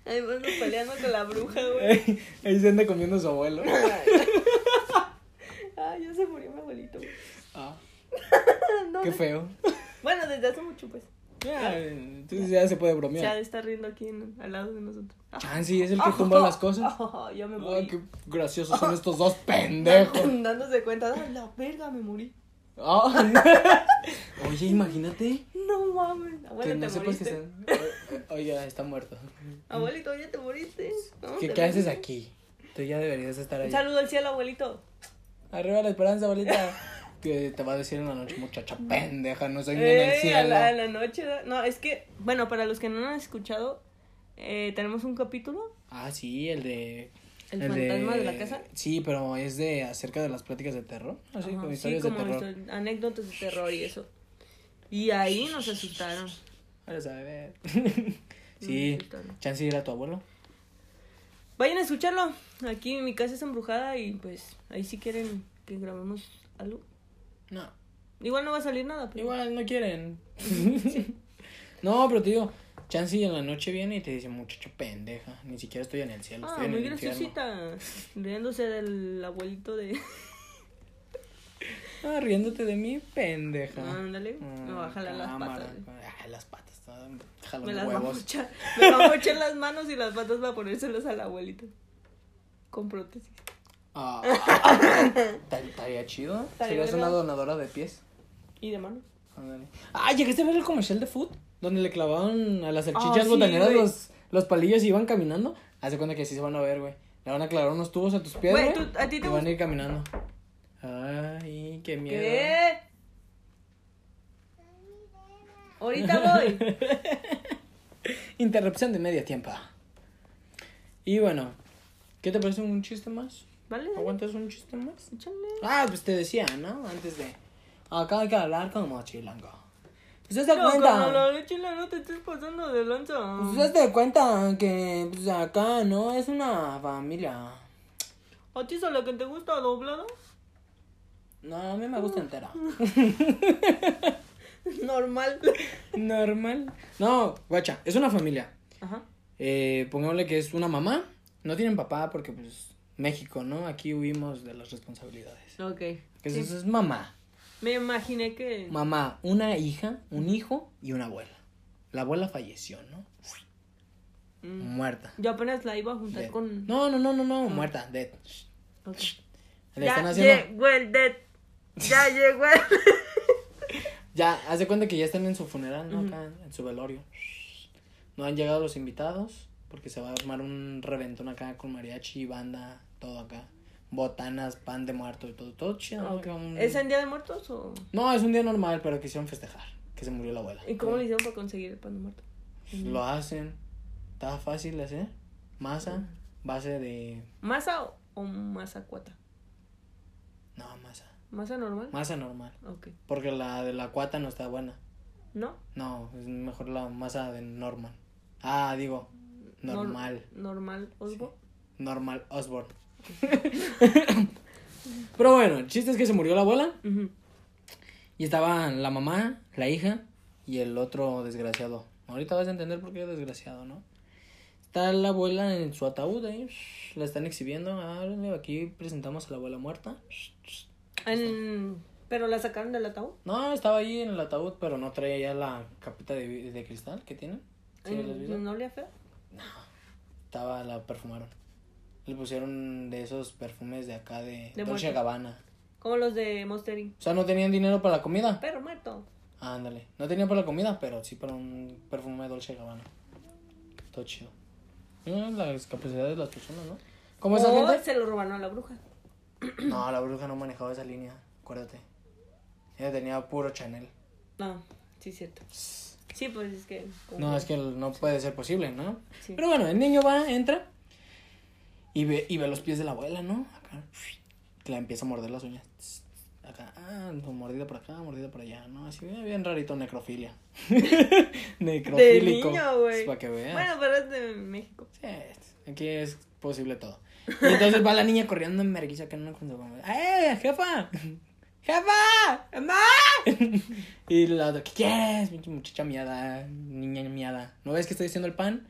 S1: Además, nos peleando con la bruja, güey.
S2: Ahí, ahí se anda comiendo su abuelo.
S1: Ay, ya se murió mi abuelito. güey.
S2: Ah,
S1: No,
S2: qué
S1: de-
S2: feo.
S1: Bueno, desde hace mucho, pues.
S2: Ya, entonces ya se puede
S1: Se ha
S2: bromear.
S1: de estar riendo aquí en- al lado de nosotros.
S2: Chansi es el que tumba las cosas.
S1: Ah, ya me
S2: Ay,
S1: morí.
S2: qué graciosos son estos dos pendejos.
S1: Dándose cuenta, "Ah, la verga, me morí.
S2: Ah. Oye, imagínate
S1: No mames.
S2: que
S1: Abuelo,
S2: no
S1: te
S2: sepas que
S1: moriste.
S2: están. Oye, está muerto.
S1: Abuelito, ya te moriste. No,
S2: ¿Qué,
S1: te
S2: ¿Qué haces
S1: moriste.
S2: aquí? Tú ya deberías estar
S1: Un
S2: ahí.
S1: saludo al cielo, abuelito.
S2: Arriba la esperanza, abuelita. Que te va a decir en la noche, muchacha pendeja, no soy ni en el
S1: Eh, a
S2: cielo.
S1: la, a la noche. ¿verdad? No, es que, bueno, para los que no han escuchado, eh, tenemos un capítulo.
S2: Ah, sí, el de.
S1: ¿El fantasma de la casa?
S2: Sí, pero es de acerca de las pláticas de terror. Así,
S1: Ajá,
S2: Ah, con
S1: sí,
S2: historias de terror.
S1: histori- anécdotas de terror y eso. Y ahí nos asustaron.
S2: Ahora sabe ver.
S1: Mm,
S2: sí,
S1: historia.
S2: chance de ir a tu abuelo.
S1: Vayan a escucharlo. Aquí mi casa es embrujada y pues ahí si quieren que grabemos algo.
S2: No.
S1: Igual no va a salir nada, pero
S2: Igual no quieren. no, pero te digo, Chance y en la noche viene y te dice, muchacho pendeja, ni siquiera estoy en el cielo,
S1: Ah,
S2: estoy en
S1: muy
S2: el infierno.
S1: graciosita. Riéndose del abuelito de.
S2: Ah, riéndote de mí, pendeja.
S1: Ándale, me va a jalar las
S2: Ah, cámara.
S1: patas,
S2: Ay, las patas, ah, jalo
S1: Me
S2: los
S1: las va a
S2: huevos.
S1: mochar. Me va a mochar las manos y las patas para ponérselas al abuelito. Con prótesis.
S2: Ah, estaría chido.
S1: Estaría
S2: Serías
S1: verga.
S2: una donadora de pies.
S1: Y de manos.
S2: Ándale. Ah, llegaste a ver el comercial de Food, donde le clavaban a las salchichas
S1: Ah, sí,
S2: botaneras
S1: güey.
S2: los, los palillos y iban caminando. Haz de cuenta que así se van a ver, güey. Le van a clavar unos tubos a tus pies.
S1: Güey,
S2: güey,
S1: tú- a ti te
S2: y van
S1: gust-
S2: a ir caminando. Ay, qué miedo.
S1: ¿Qué? Ahorita voy.
S2: Interrupción de media tiempo. Y bueno, ¿qué te parece un chiste más?
S1: ¿Vale?
S2: ¿Aguantas un chiste más?
S1: Échale.
S2: Ah, pues te decía, ¿no? Antes de. Acá hay que hablar como chilango. Pues se
S1: No,
S2: cuenta.
S1: con la lechila no te estés pasando de lanza.
S2: Pues te cuenta que pues, acá no es una familia.
S1: ¿A ti es a la que te gusta doblada?
S2: No, a mí me gusta entera.
S1: Normal.
S2: Normal. No, guacha, es una familia.
S1: Ajá.
S2: Eh, pongámosle que es una mamá. No tienen papá porque, pues, México, ¿no? Aquí huimos de las responsabilidades.
S1: Ok.
S2: Que eso es mamá.
S1: Me imaginé que.
S2: Mamá, una hija, un hijo y una abuela. La abuela falleció, ¿no?
S1: Mm.
S2: Muerta.
S1: Yo apenas la iba a juntar
S2: Dead.
S1: con.
S2: No, no, no, no, no, muerta, dead.
S1: Ok.
S2: Le
S1: ya
S2: están haciendo.
S1: llegó el dead. Ya llegó el.
S2: Ya, haz de cuenta que ya están en su funeral, ¿no? Acá, en su velorio. No han llegado los invitados, porque se va a armar un reventón acá con mariachi, banda, todo acá. Botanas, pan de muerto y todo, todo chido. ¿no? Acá un-
S1: ¿Es en Día de Muertos o.?
S2: No, es un día normal, pero quisieron festejar, que se murió la abuela.
S1: ¿Y cómo le hicieron para conseguir el pan de muerto?
S2: Lo hacen, está fácil de hacer. Masa, base de...
S1: ¿Masa o, o masa cuata?
S2: No, masa.
S1: ¿Masa normal?
S2: Masa normal,
S1: Ok.
S2: porque la de la cuata no está buena.
S1: ¿No?
S2: No, es mejor la masa de Norman. Ah, digo,
S1: Nor-
S2: normal.
S1: normal, Osbo.
S2: Normal Osborne. Pero bueno, el chiste es que se murió la abuela
S1: Ujú.
S2: y estaban la mamá, la hija y el otro desgraciado. Ahorita vas a entender por qué desgraciado, ¿no? Está la abuela en su ataúd ahí, la están exhibiendo. Ah, aquí presentamos a la abuela muerta.
S1: En- ¿Pero la sacaron del ataúd?
S2: No, estaba ahí en el ataúd, pero no traía ya la capita de, de cristal que tienen. ¿Sí
S1: En-
S2: las viste?
S1: Mm, ¿No olía feo?
S2: Estaba, la perfumaron. Le pusieron de esos perfumes de acá de,
S1: De
S2: Dolce
S1: muerte.
S2: Gabbana.
S1: Como los de Monstering.
S2: O sea, no tenían dinero para la comida.
S1: Perro muerto.
S2: Ah, ándale. No tenían para la comida, pero sí para un perfume de Dolce Gabbana. Todo chido. Mira las capacidades de las personas, ¿no? Como esa
S1: O
S2: gente.
S1: se lo robaron a la bruja.
S2: No, la bruja no manejaba esa línea. Acuérdate. Ella tenía puro Chanel.
S1: No, sí, cierto. Sí, pues es que. como-
S2: No, es que no puede ser posible, ¿no?
S1: Sí.
S2: Pero bueno, el niño va, entra y ve, y ve los pies de la abuela, ¿no? Acá. La empieza a morder las uñas. Acá, ah, no, mordida por acá, mordida por allá, ¿no? Así bien, bien rarito, necrofilia.
S1: De
S2: Necrofílico.
S1: niño, güey.
S2: Para que veas.
S1: Bueno, pero es de México.
S2: Sí, aquí es posible todo. Y entonces va la niña corriendo en vergüenza que no con su mamá. ¡Eh, jefa! ¡Jefa! ¡Mamá! Y la otra, ¿qué quieres? pinche Muchacha miada, niña miada. ¿No ves que estoy haciendo el pan?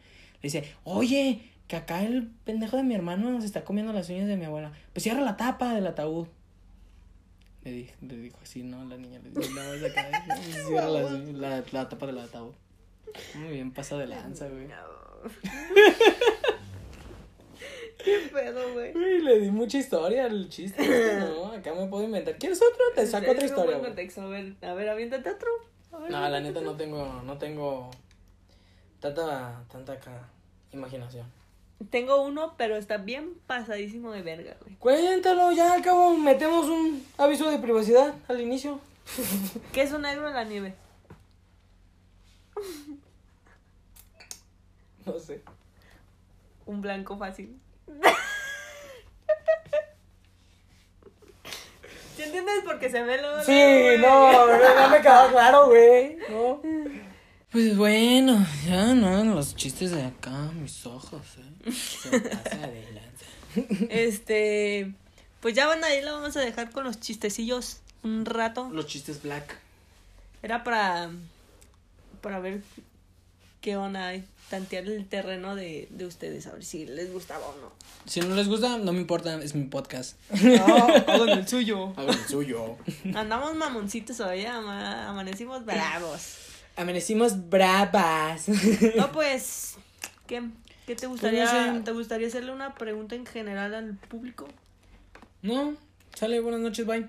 S2: Le dice, oye, que acá el pendejo de mi hermano se está comiendo las uñas de mi abuela. Pues cierra la tapa del ataúd. Le dijo, le dijo así, ¿no? La niña le dijo, no, es acá, no, pues cierra las uñas, la, la tapa del ataúd. Muy bien, pasa de lanza, güey.
S1: Qué pedo, güey.
S2: Güey, le di mucha historia al chiste. este, No, acá me puedo inventar. ¿Quieres otro? Te saco otra
S1: Es un buen
S2: historia. güey.
S1: contexto. A ver, a ver, aviéntate otro. A ver,
S2: No, la
S1: aviéntate
S2: neta
S1: otro.
S2: no tengo, no tengo tanta, tanta acá imaginación.
S1: Tengo uno, pero está bien pasadísimo de verga, güey.
S2: Cuéntalo, ya al cabo metemos un aviso de privacidad al inicio.
S1: ¿Qué es un negro en la nieve?
S2: No sé.
S1: Un blanco fácil. ¿Sí entiendes? Porque se ve lo.
S2: Sí, no, no me quedó claro, güey. No. Pues bueno, ya no, los chistes de acá, mis ojos, eh. Se pasa de lanza.
S1: Este. Pues ya van ahí, la vamos a dejar con los chistecillos un rato.
S2: Los chistes black.
S1: Era para. Para ver qué van a tantear el terreno de, de ustedes, a ver si les gustaba o no.
S2: Si no les gusta, no me importa, es mi podcast.
S4: hagan el suyo.
S2: Hago el suyo.
S1: Andamos mamoncitos hoy, ama- amanecimos bravos.
S2: Amanecimos bravas.
S1: No, pues, ¿qué, qué te gustaría?
S2: Pues no sé.
S1: ¿Te gustaría hacerle una pregunta en general al público?
S2: No, sale, buenas noches, bye.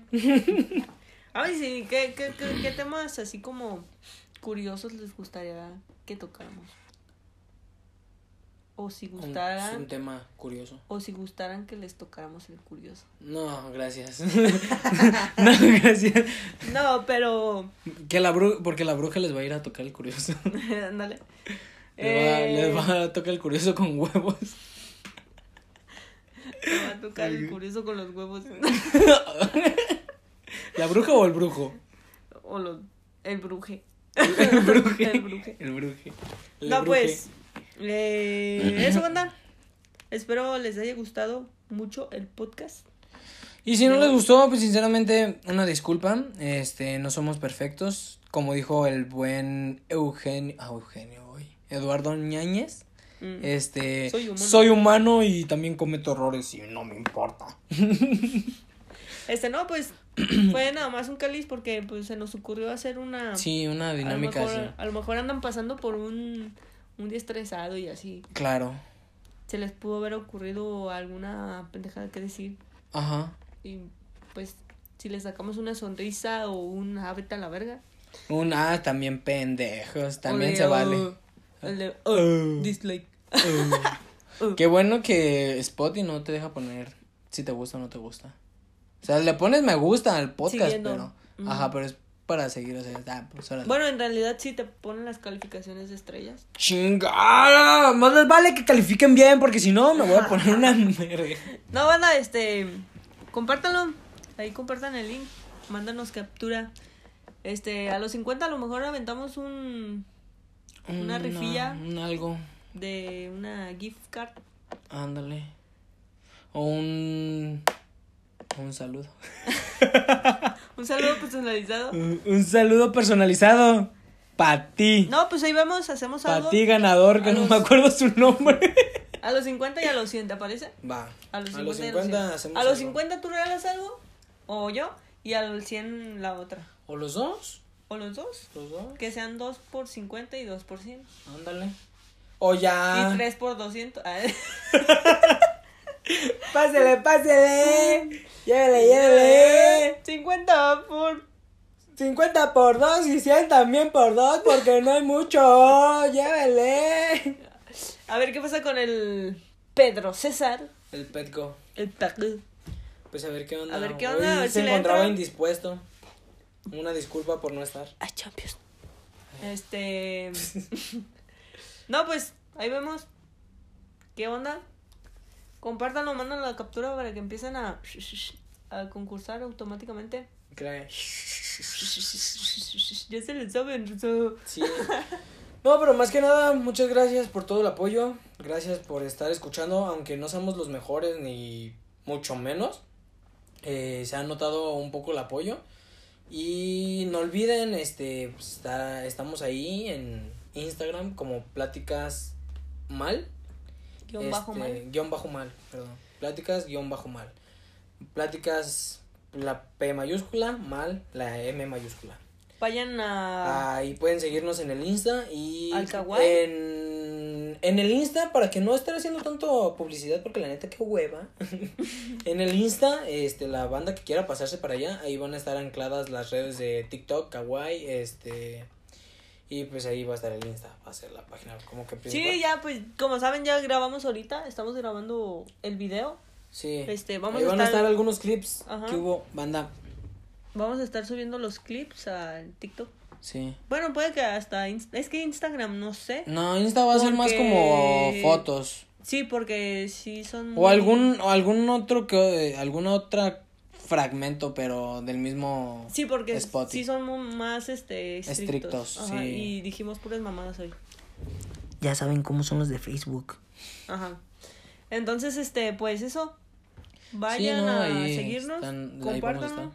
S1: Ay, sí, ¿qué, qué, qué, qué temas así como curiosos les gustaría que tocáramos? O si
S2: Un- Es un
S1: gustaran,
S2: tema curioso.
S1: o si gustaran que les tocáramos el curioso.
S2: No, gracias. no, gracias.
S1: No, pero,
S2: Que la bru- porque la bruja les va a ir a tocar el curioso.
S1: ándale.
S2: Les va, les
S1: Eh,
S2: va a tocar el curioso con huevos.
S1: me va a tocar el curioso con los huevos.
S2: ¿La bruja o el brujo?
S1: o los, el bruje.
S2: El bruje.
S1: El bruje.
S2: El bruje. El
S1: No,
S2: bruje.
S1: pues. eh, eso, banda. Espero les haya gustado mucho el podcast.
S2: Y si no les gustó, pues sinceramente, una disculpa. Este, no somos perfectos. Como dijo el buen Eugenio. ah, Eugenio hoy. Eduardo Ñañez.
S1: Mm.
S2: Este.
S1: Soy humano.
S2: soy humano y también cometo errores y no me importa.
S1: Este, no, pues. fue nada más un cáliz porque pues, se nos ocurrió hacer una.
S2: Sí, una
S1: a lo
S2: dinámica
S1: mejor-
S2: así.
S1: A lo mejor andan pasando por un. Un día estresado y así.
S2: Claro.
S1: Se les pudo haber ocurrido alguna pendejada que decir.
S2: Ajá.
S1: Y pues. Si les sacamos una sonrisa o un hábito a la verga.
S2: Un, ah, también pendejos. También
S1: o
S2: se
S1: de,
S2: vale.
S1: "Oh", el de,
S2: Oh.
S1: dislike. Uh.
S2: Oh. Qué bueno que Spotify no te deja poner si te gusta o no te gusta. O sea, le pones me gusta al podcast,
S1: Siguiendo.
S2: pero.
S1: Ujú.
S2: Ajá, pero es para seguir. O sea, ah, pues órale.
S1: Bueno, en realidad sí te ponen las calificaciones de estrellas.
S2: ¡Chingada! Más les vale que califiquen bien, porque si no, me voy a poner una merga.
S1: No, banda, este. Compártanlo. Ahí compartan el link. Mándanos captura. Este, a los 50 a lo mejor aventamos un. Una rifilla.
S2: Mm, Un algo.
S1: de una gift card.
S2: Ándale. O un. Un saludo.
S1: Un saludo personalizado.
S2: Un un saludo personalizado. Pa' ti.
S1: No, pues ahí vamos, hacemos
S2: pa'
S1: algo.
S2: ti, ganador, que
S1: A
S2: no
S1: los-
S2: me acuerdo su nombre.
S1: A los 50 y a los 100, ¿te parece?
S2: Va.
S1: A los 50, y a
S2: 50
S1: 100.
S2: hacemos
S1: A los
S2: algo.
S1: 50 tú regalas algo, o yo, y a los 100 la otra.
S2: ¿O los dos?
S1: O los dos.
S2: Los dos.
S1: Que sean 2 por 50 y 2 por 100.
S2: Ándale. O ya.
S1: Y 3 por 200. Ah,
S2: Pásele, pásele. Llévele,
S1: 50 por
S2: 50 por 2 y 100 también por 2 porque no hay mucho. Llévele.
S1: A ver qué pasa con el Pedro César,
S2: El Petco.
S1: el Pedro.
S2: Pues a ver qué onda.
S1: A ver qué
S2: Hoy
S1: onda, a ver
S2: se
S1: si le
S2: encontraba
S1: entra.
S2: indispuesto. Una disculpa por no estar.
S1: a Ah, Champions. Este. no, pues ahí vemos. ¿Qué onda? Compártanlo, mandan la captura para que empiecen a, a concursar automáticamente.
S2: Claro.
S1: Ya se les saben. so-
S2: Sí. No, pero más que nada, muchas gracias por todo el apoyo. Gracias por estar escuchando, aunque no seamos los mejores ni mucho menos. eh, se ha notado un poco el apoyo. Y no olviden, este, pues, está- estamos ahí en Instagram como Pláticas Mal.
S1: Guión bajo
S2: este,
S1: mal.
S2: Guión bajo mal, perdón. Pláticas guión bajo mal. Pláticas, la P mayúscula, mal, la M mayúscula.
S1: Vayan a.
S2: Ahí pueden seguirnos en el Insta y
S1: ¿Al Kawaii?
S2: en, en el Insta para que no estar haciendo tanto publicidad porque la neta que hueva. en el Insta, este la banda que quiera pasarse para allá, ahí van a estar ancladas las redes de TikTok, Kawaii, este y pues ahí va a estar el Insta, va a ser la página como que principal.
S1: Sí, ya, pues como saben, ya grabamos ahorita. Estamos grabando el video.
S2: Sí.
S1: Este, vamos
S2: ahí
S1: a
S2: van a
S1: estar-
S2: estar algunos clips
S1: Ajá.
S2: que hubo banda.
S1: Vamos a estar subiendo los clips al TikTok.
S2: Sí.
S1: Bueno, puede que hasta. Inst- Es que Instagram, no sé.
S2: No, Insta va a ser más como
S1: Porque-
S2: fotos.
S1: Sí, porque sí son.
S2: O
S1: muy-
S2: algún, o algún otro que, eh, algún otra fragmento, pero del mismo.
S1: Sí, porque
S2: spot.
S1: sí son mu- más este, estrictos.
S2: Estrictos,
S1: Ajá,
S2: sí.
S1: Y dijimos puras mamadas hoy.
S2: Ya saben cómo son los de Facebook.
S1: Ajá. Entonces, este, pues eso. Vayan a seguirnos.
S2: ahí, vamos a estar.
S1: Compártanlo.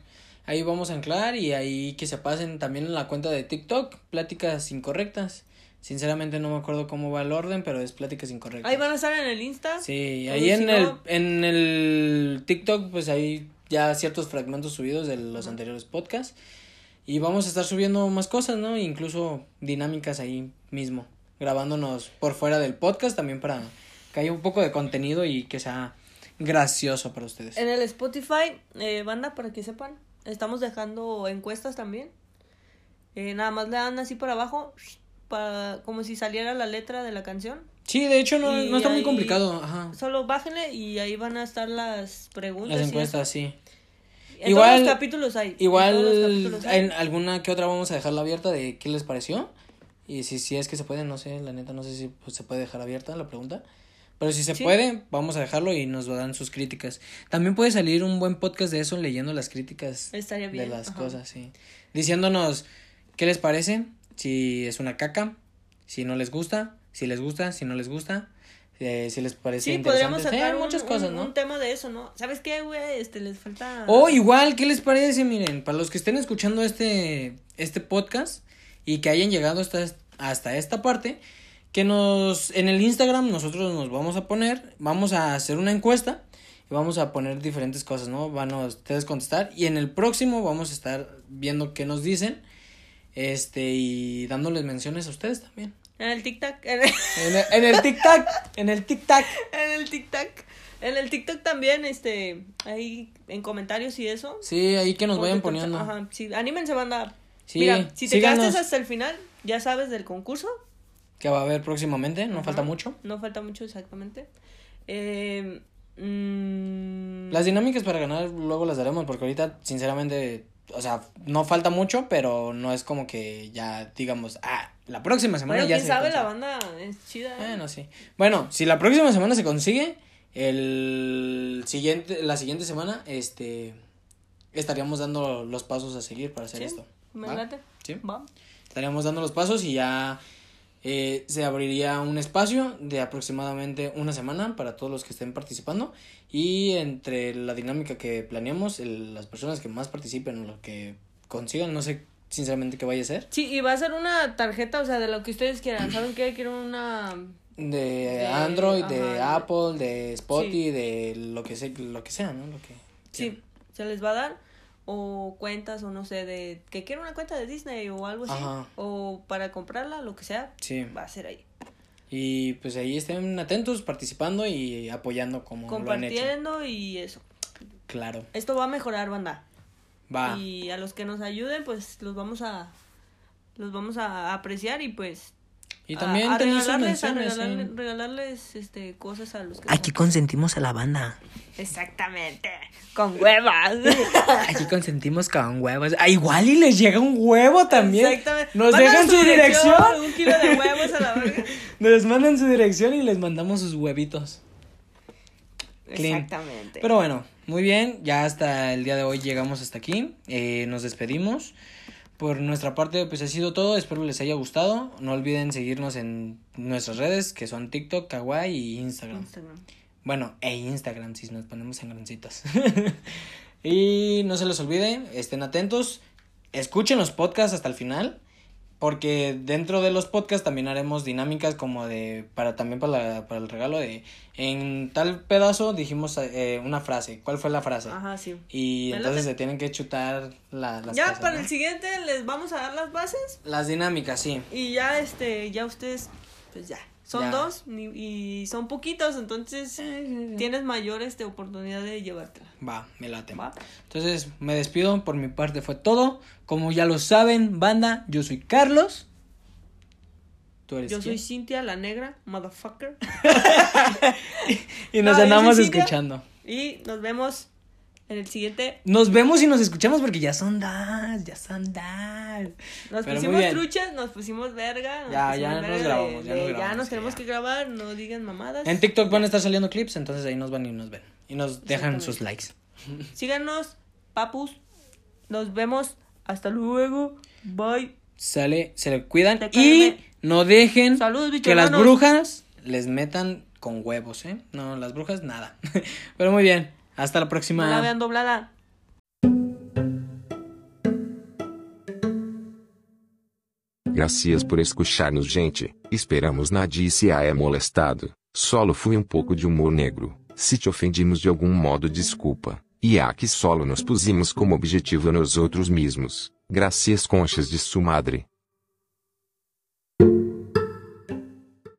S2: Ahí vamos a anclar y ahí que se pasen también en la cuenta de TikTok, Pláticas Incorrectas. Sinceramente no me acuerdo cómo va el orden, pero es pláticas incorrectas.
S1: Ahí van a estar en el Insta.
S2: Sí,
S1: Pero
S2: ahí
S1: si
S2: en,
S1: no-
S2: el, en el TikTok, pues hay ya ciertos fragmentos subidos de los anteriores podcasts. Y vamos a estar subiendo más cosas, ¿no? Incluso dinámicas ahí mismo, grabándonos por fuera del podcast también para que haya un poco de contenido y que sea gracioso para ustedes.
S1: En el Spotify, eh, banda, para que sepan, estamos dejando encuestas también. Eh, nada más le dan así para abajo, para, como si saliera la letra de la canción.
S2: Sí, de hecho no,
S1: Y
S2: no está muy
S1: ahí
S2: complicado. Ajá.
S1: Solo bájenle y ahí van a estar las preguntas.
S2: Las
S1: y
S2: encuestas, sí.
S1: eso. En
S2: Igual-
S1: todos los capítulos hay. en todos los
S2: Igual
S1: capítulos hay.
S2: en alguna que otra vamos a dejarla abierta de qué les pareció. Y si, si es que se puede, no sé, la neta, no sé si pues, se puede dejar abierta la pregunta. Pero si se
S1: Sí.
S2: puede, vamos a dejarlo y nos darán sus críticas. También puede salir un buen podcast de eso leyendo las críticas
S1: Estaría
S2: de
S1: bien,
S2: las
S1: ajá.
S2: cosas, sí. Diciéndonos qué les parece, si es una caca, si no les gusta, si les gusta, si no les gusta, eh, si les parece
S1: Sí, podríamos
S2: interesante. Sí,
S1: sacar
S2: muchas
S1: un,
S2: cosas,
S1: un-
S2: ¿no? Oh,
S1: un tema de eso, ¿no? ¿Sabes qué, güey? Este, les falta...
S2: O igual, ¿qué les parece? Miren, para los que estén escuchando este, este podcast y que hayan llegado hasta, hasta esta parte, que nos en el Instagram nosotros nos vamos a poner, vamos a hacer una encuesta y vamos a poner diferentes cosas, ¿no? Van a ustedes contestar y en el próximo vamos a estar viendo qué nos dicen este y dándoles menciones a ustedes también.
S1: En el tic-tac... En el...
S2: En el, en el tic-tac, en el tic-tac.
S1: En el TikTok. En el TikTok también, este, ahí en comentarios y eso.
S2: Sí, ahí que nos vayan poniendo.
S1: Pues Ajá, sí, anímense, banda.
S2: Sí,
S1: Mira, si te
S2: síganos.
S1: quedaste hasta el final, ya sabes del concurso.
S2: Que va a haber próximamente, no falta mucho.
S1: No falta mucho exactamente. Eh, mm,
S2: Las dinámicas para ganar luego las daremos porque ahorita, sinceramente, o sea, no falta mucho, pero no es como que ya digamos, ah, la próxima semana
S1: bueno,
S2: ya
S1: quién
S2: se
S1: sabe, la
S2: consigue".
S1: banda es chida. ¿eh?
S2: Bueno, sí. Bueno, si la próxima semana se consigue, el siguiente, la siguiente semana, este, estaríamos dando los pasos a seguir para hacer
S1: Sí,
S2: esto.
S1: me
S2: ¿va?
S1: late.
S2: Sí.
S1: Va.
S2: Estaríamos dando los pasos y ya eh, se abriría un espacio de aproximadamente una semana para todos los que estén participando. Y entre la dinámica que planeamos, el- las personas que más participen o los que consigan, no sé sinceramente qué vaya a ser.
S1: Sí, y va a ser una tarjeta, o sea, de lo que ustedes quieran. ¿Saben qué? Quiero una...
S2: De, Android, de
S1: ajá.
S2: Apple, de Spotify,
S1: Sí.
S2: de lo que, sea, lo que sea, ¿no? Lo que
S1: Sí, se les va a dar o cuentas o no sé de que quiero una cuenta de Disney o algo así
S2: Ajá.
S1: o para comprarla, lo que sea,
S2: Sí.
S1: va a ser ahí.
S2: Y pues ahí estén atentos, participando y apoyando como lo han hecho.
S1: Compartiendo y eso.
S2: Claro.
S1: Esto va a mejorar, banda.
S2: Va.
S1: Y a los que nos ayuden, pues los vamos a los vamos a apreciar y pues
S2: Y
S1: a-
S2: también
S1: a,
S2: tener sus
S1: regalarles, a
S2: menciones,
S1: regalarle-
S2: sí.
S1: regalarles, este cosas a los que
S5: Aquí consentimos a la banda.
S1: Exactamente. Con huevas.
S5: Aquí consentimos con huevos.
S2: Ah, igual y les llega un huevo también.
S1: Exactamente.
S2: Nos
S1: Mándanos
S2: dejan su dirección.
S1: Un kilo de huevos a la verga.
S2: Nos mandan su dirección y les mandamos sus huevitos. Clean.
S1: Exactamente.
S2: Pero bueno, muy bien. Ya hasta el día de hoy llegamos hasta aquí. Eh, nos despedimos. Por nuestra parte, pues ha sido todo. Espero les haya gustado. No olviden seguirnos en nuestras redes, que son TikTok, Kawaii y Instagram.
S1: Instagram.
S2: Bueno, e Instagram, si nos ponemos en grancitos. y no se les olvide, estén atentos, escuchen los podcasts hasta el final, porque dentro de los podcasts también haremos dinámicas como de, para también para, la- para el regalo de, en tal pedazo dijimos eh, una frase, ¿cuál fue la frase?
S1: Ajá, sí.
S2: Y
S1: Ah, Me
S2: entonces
S1: late.
S2: se tienen que chutar la- las
S1: ya
S2: cosas,
S1: para
S2: ¿no?
S1: el siguiente les vamos a dar las bases
S2: Las dinámicas, sí.
S1: y ya este, ya ustedes, pues ya. Son
S2: Ya.
S1: dos ni- y son poquitos, entonces tienes mayor este, oportunidad de llevártela.
S2: Va, me late.
S1: Va.
S2: Entonces, me despido. Por mi parte fue todo. Como ya lo saben, banda, yo soy Carlos. ¿Tú eres
S1: Yo soy
S2: quién?
S1: Cintia la Negra, motherfucker.
S2: Y nos
S1: No, Ah, yo
S2: andamos
S1: soy Cintia.
S2: escuchando.
S1: Y nos vemos en el siguiente.
S2: Nos vemos y nos escuchamos porque ya son das, ya son das.
S1: Nos
S2: Pero muy
S1: pusimos
S2: bien.
S1: truchas, nos pusimos verga. nos
S2: Ya,
S1: pusimos
S2: ya nos
S1: verga de-
S2: grabamos, ya
S1: de
S2: nos grabamos, sí,
S1: tenemos
S2: ya.
S1: que grabar, no digan mamadas.
S2: En TikTok van a estar saliendo clips, entonces ahí nos van y nos ven. Y nos dejan
S1: Exactamente.
S2: sus likes.
S1: Síganos, papus. Nos vemos. Hasta luego. Bye.
S2: Sale, se le cuidan
S1: Te
S2: y
S1: cuídame.
S2: no dejen
S1: Saludos, bicho
S2: que las
S1: hermanos.
S2: brujas les metan con huevos, ¿eh? No, las brujas nada. Pero muy bien. Hasta la próxima.
S1: No la vean doblada.
S3: Gracias por escuchar-nos, gente. Esperamos nadie se é molestado. Solo fui um pouco de humor negro. Se te ofendimos de algum modo, desculpa. E há que solo nos pusimos como objetivo a nós outros mesmos. Gracias conchas de su madre.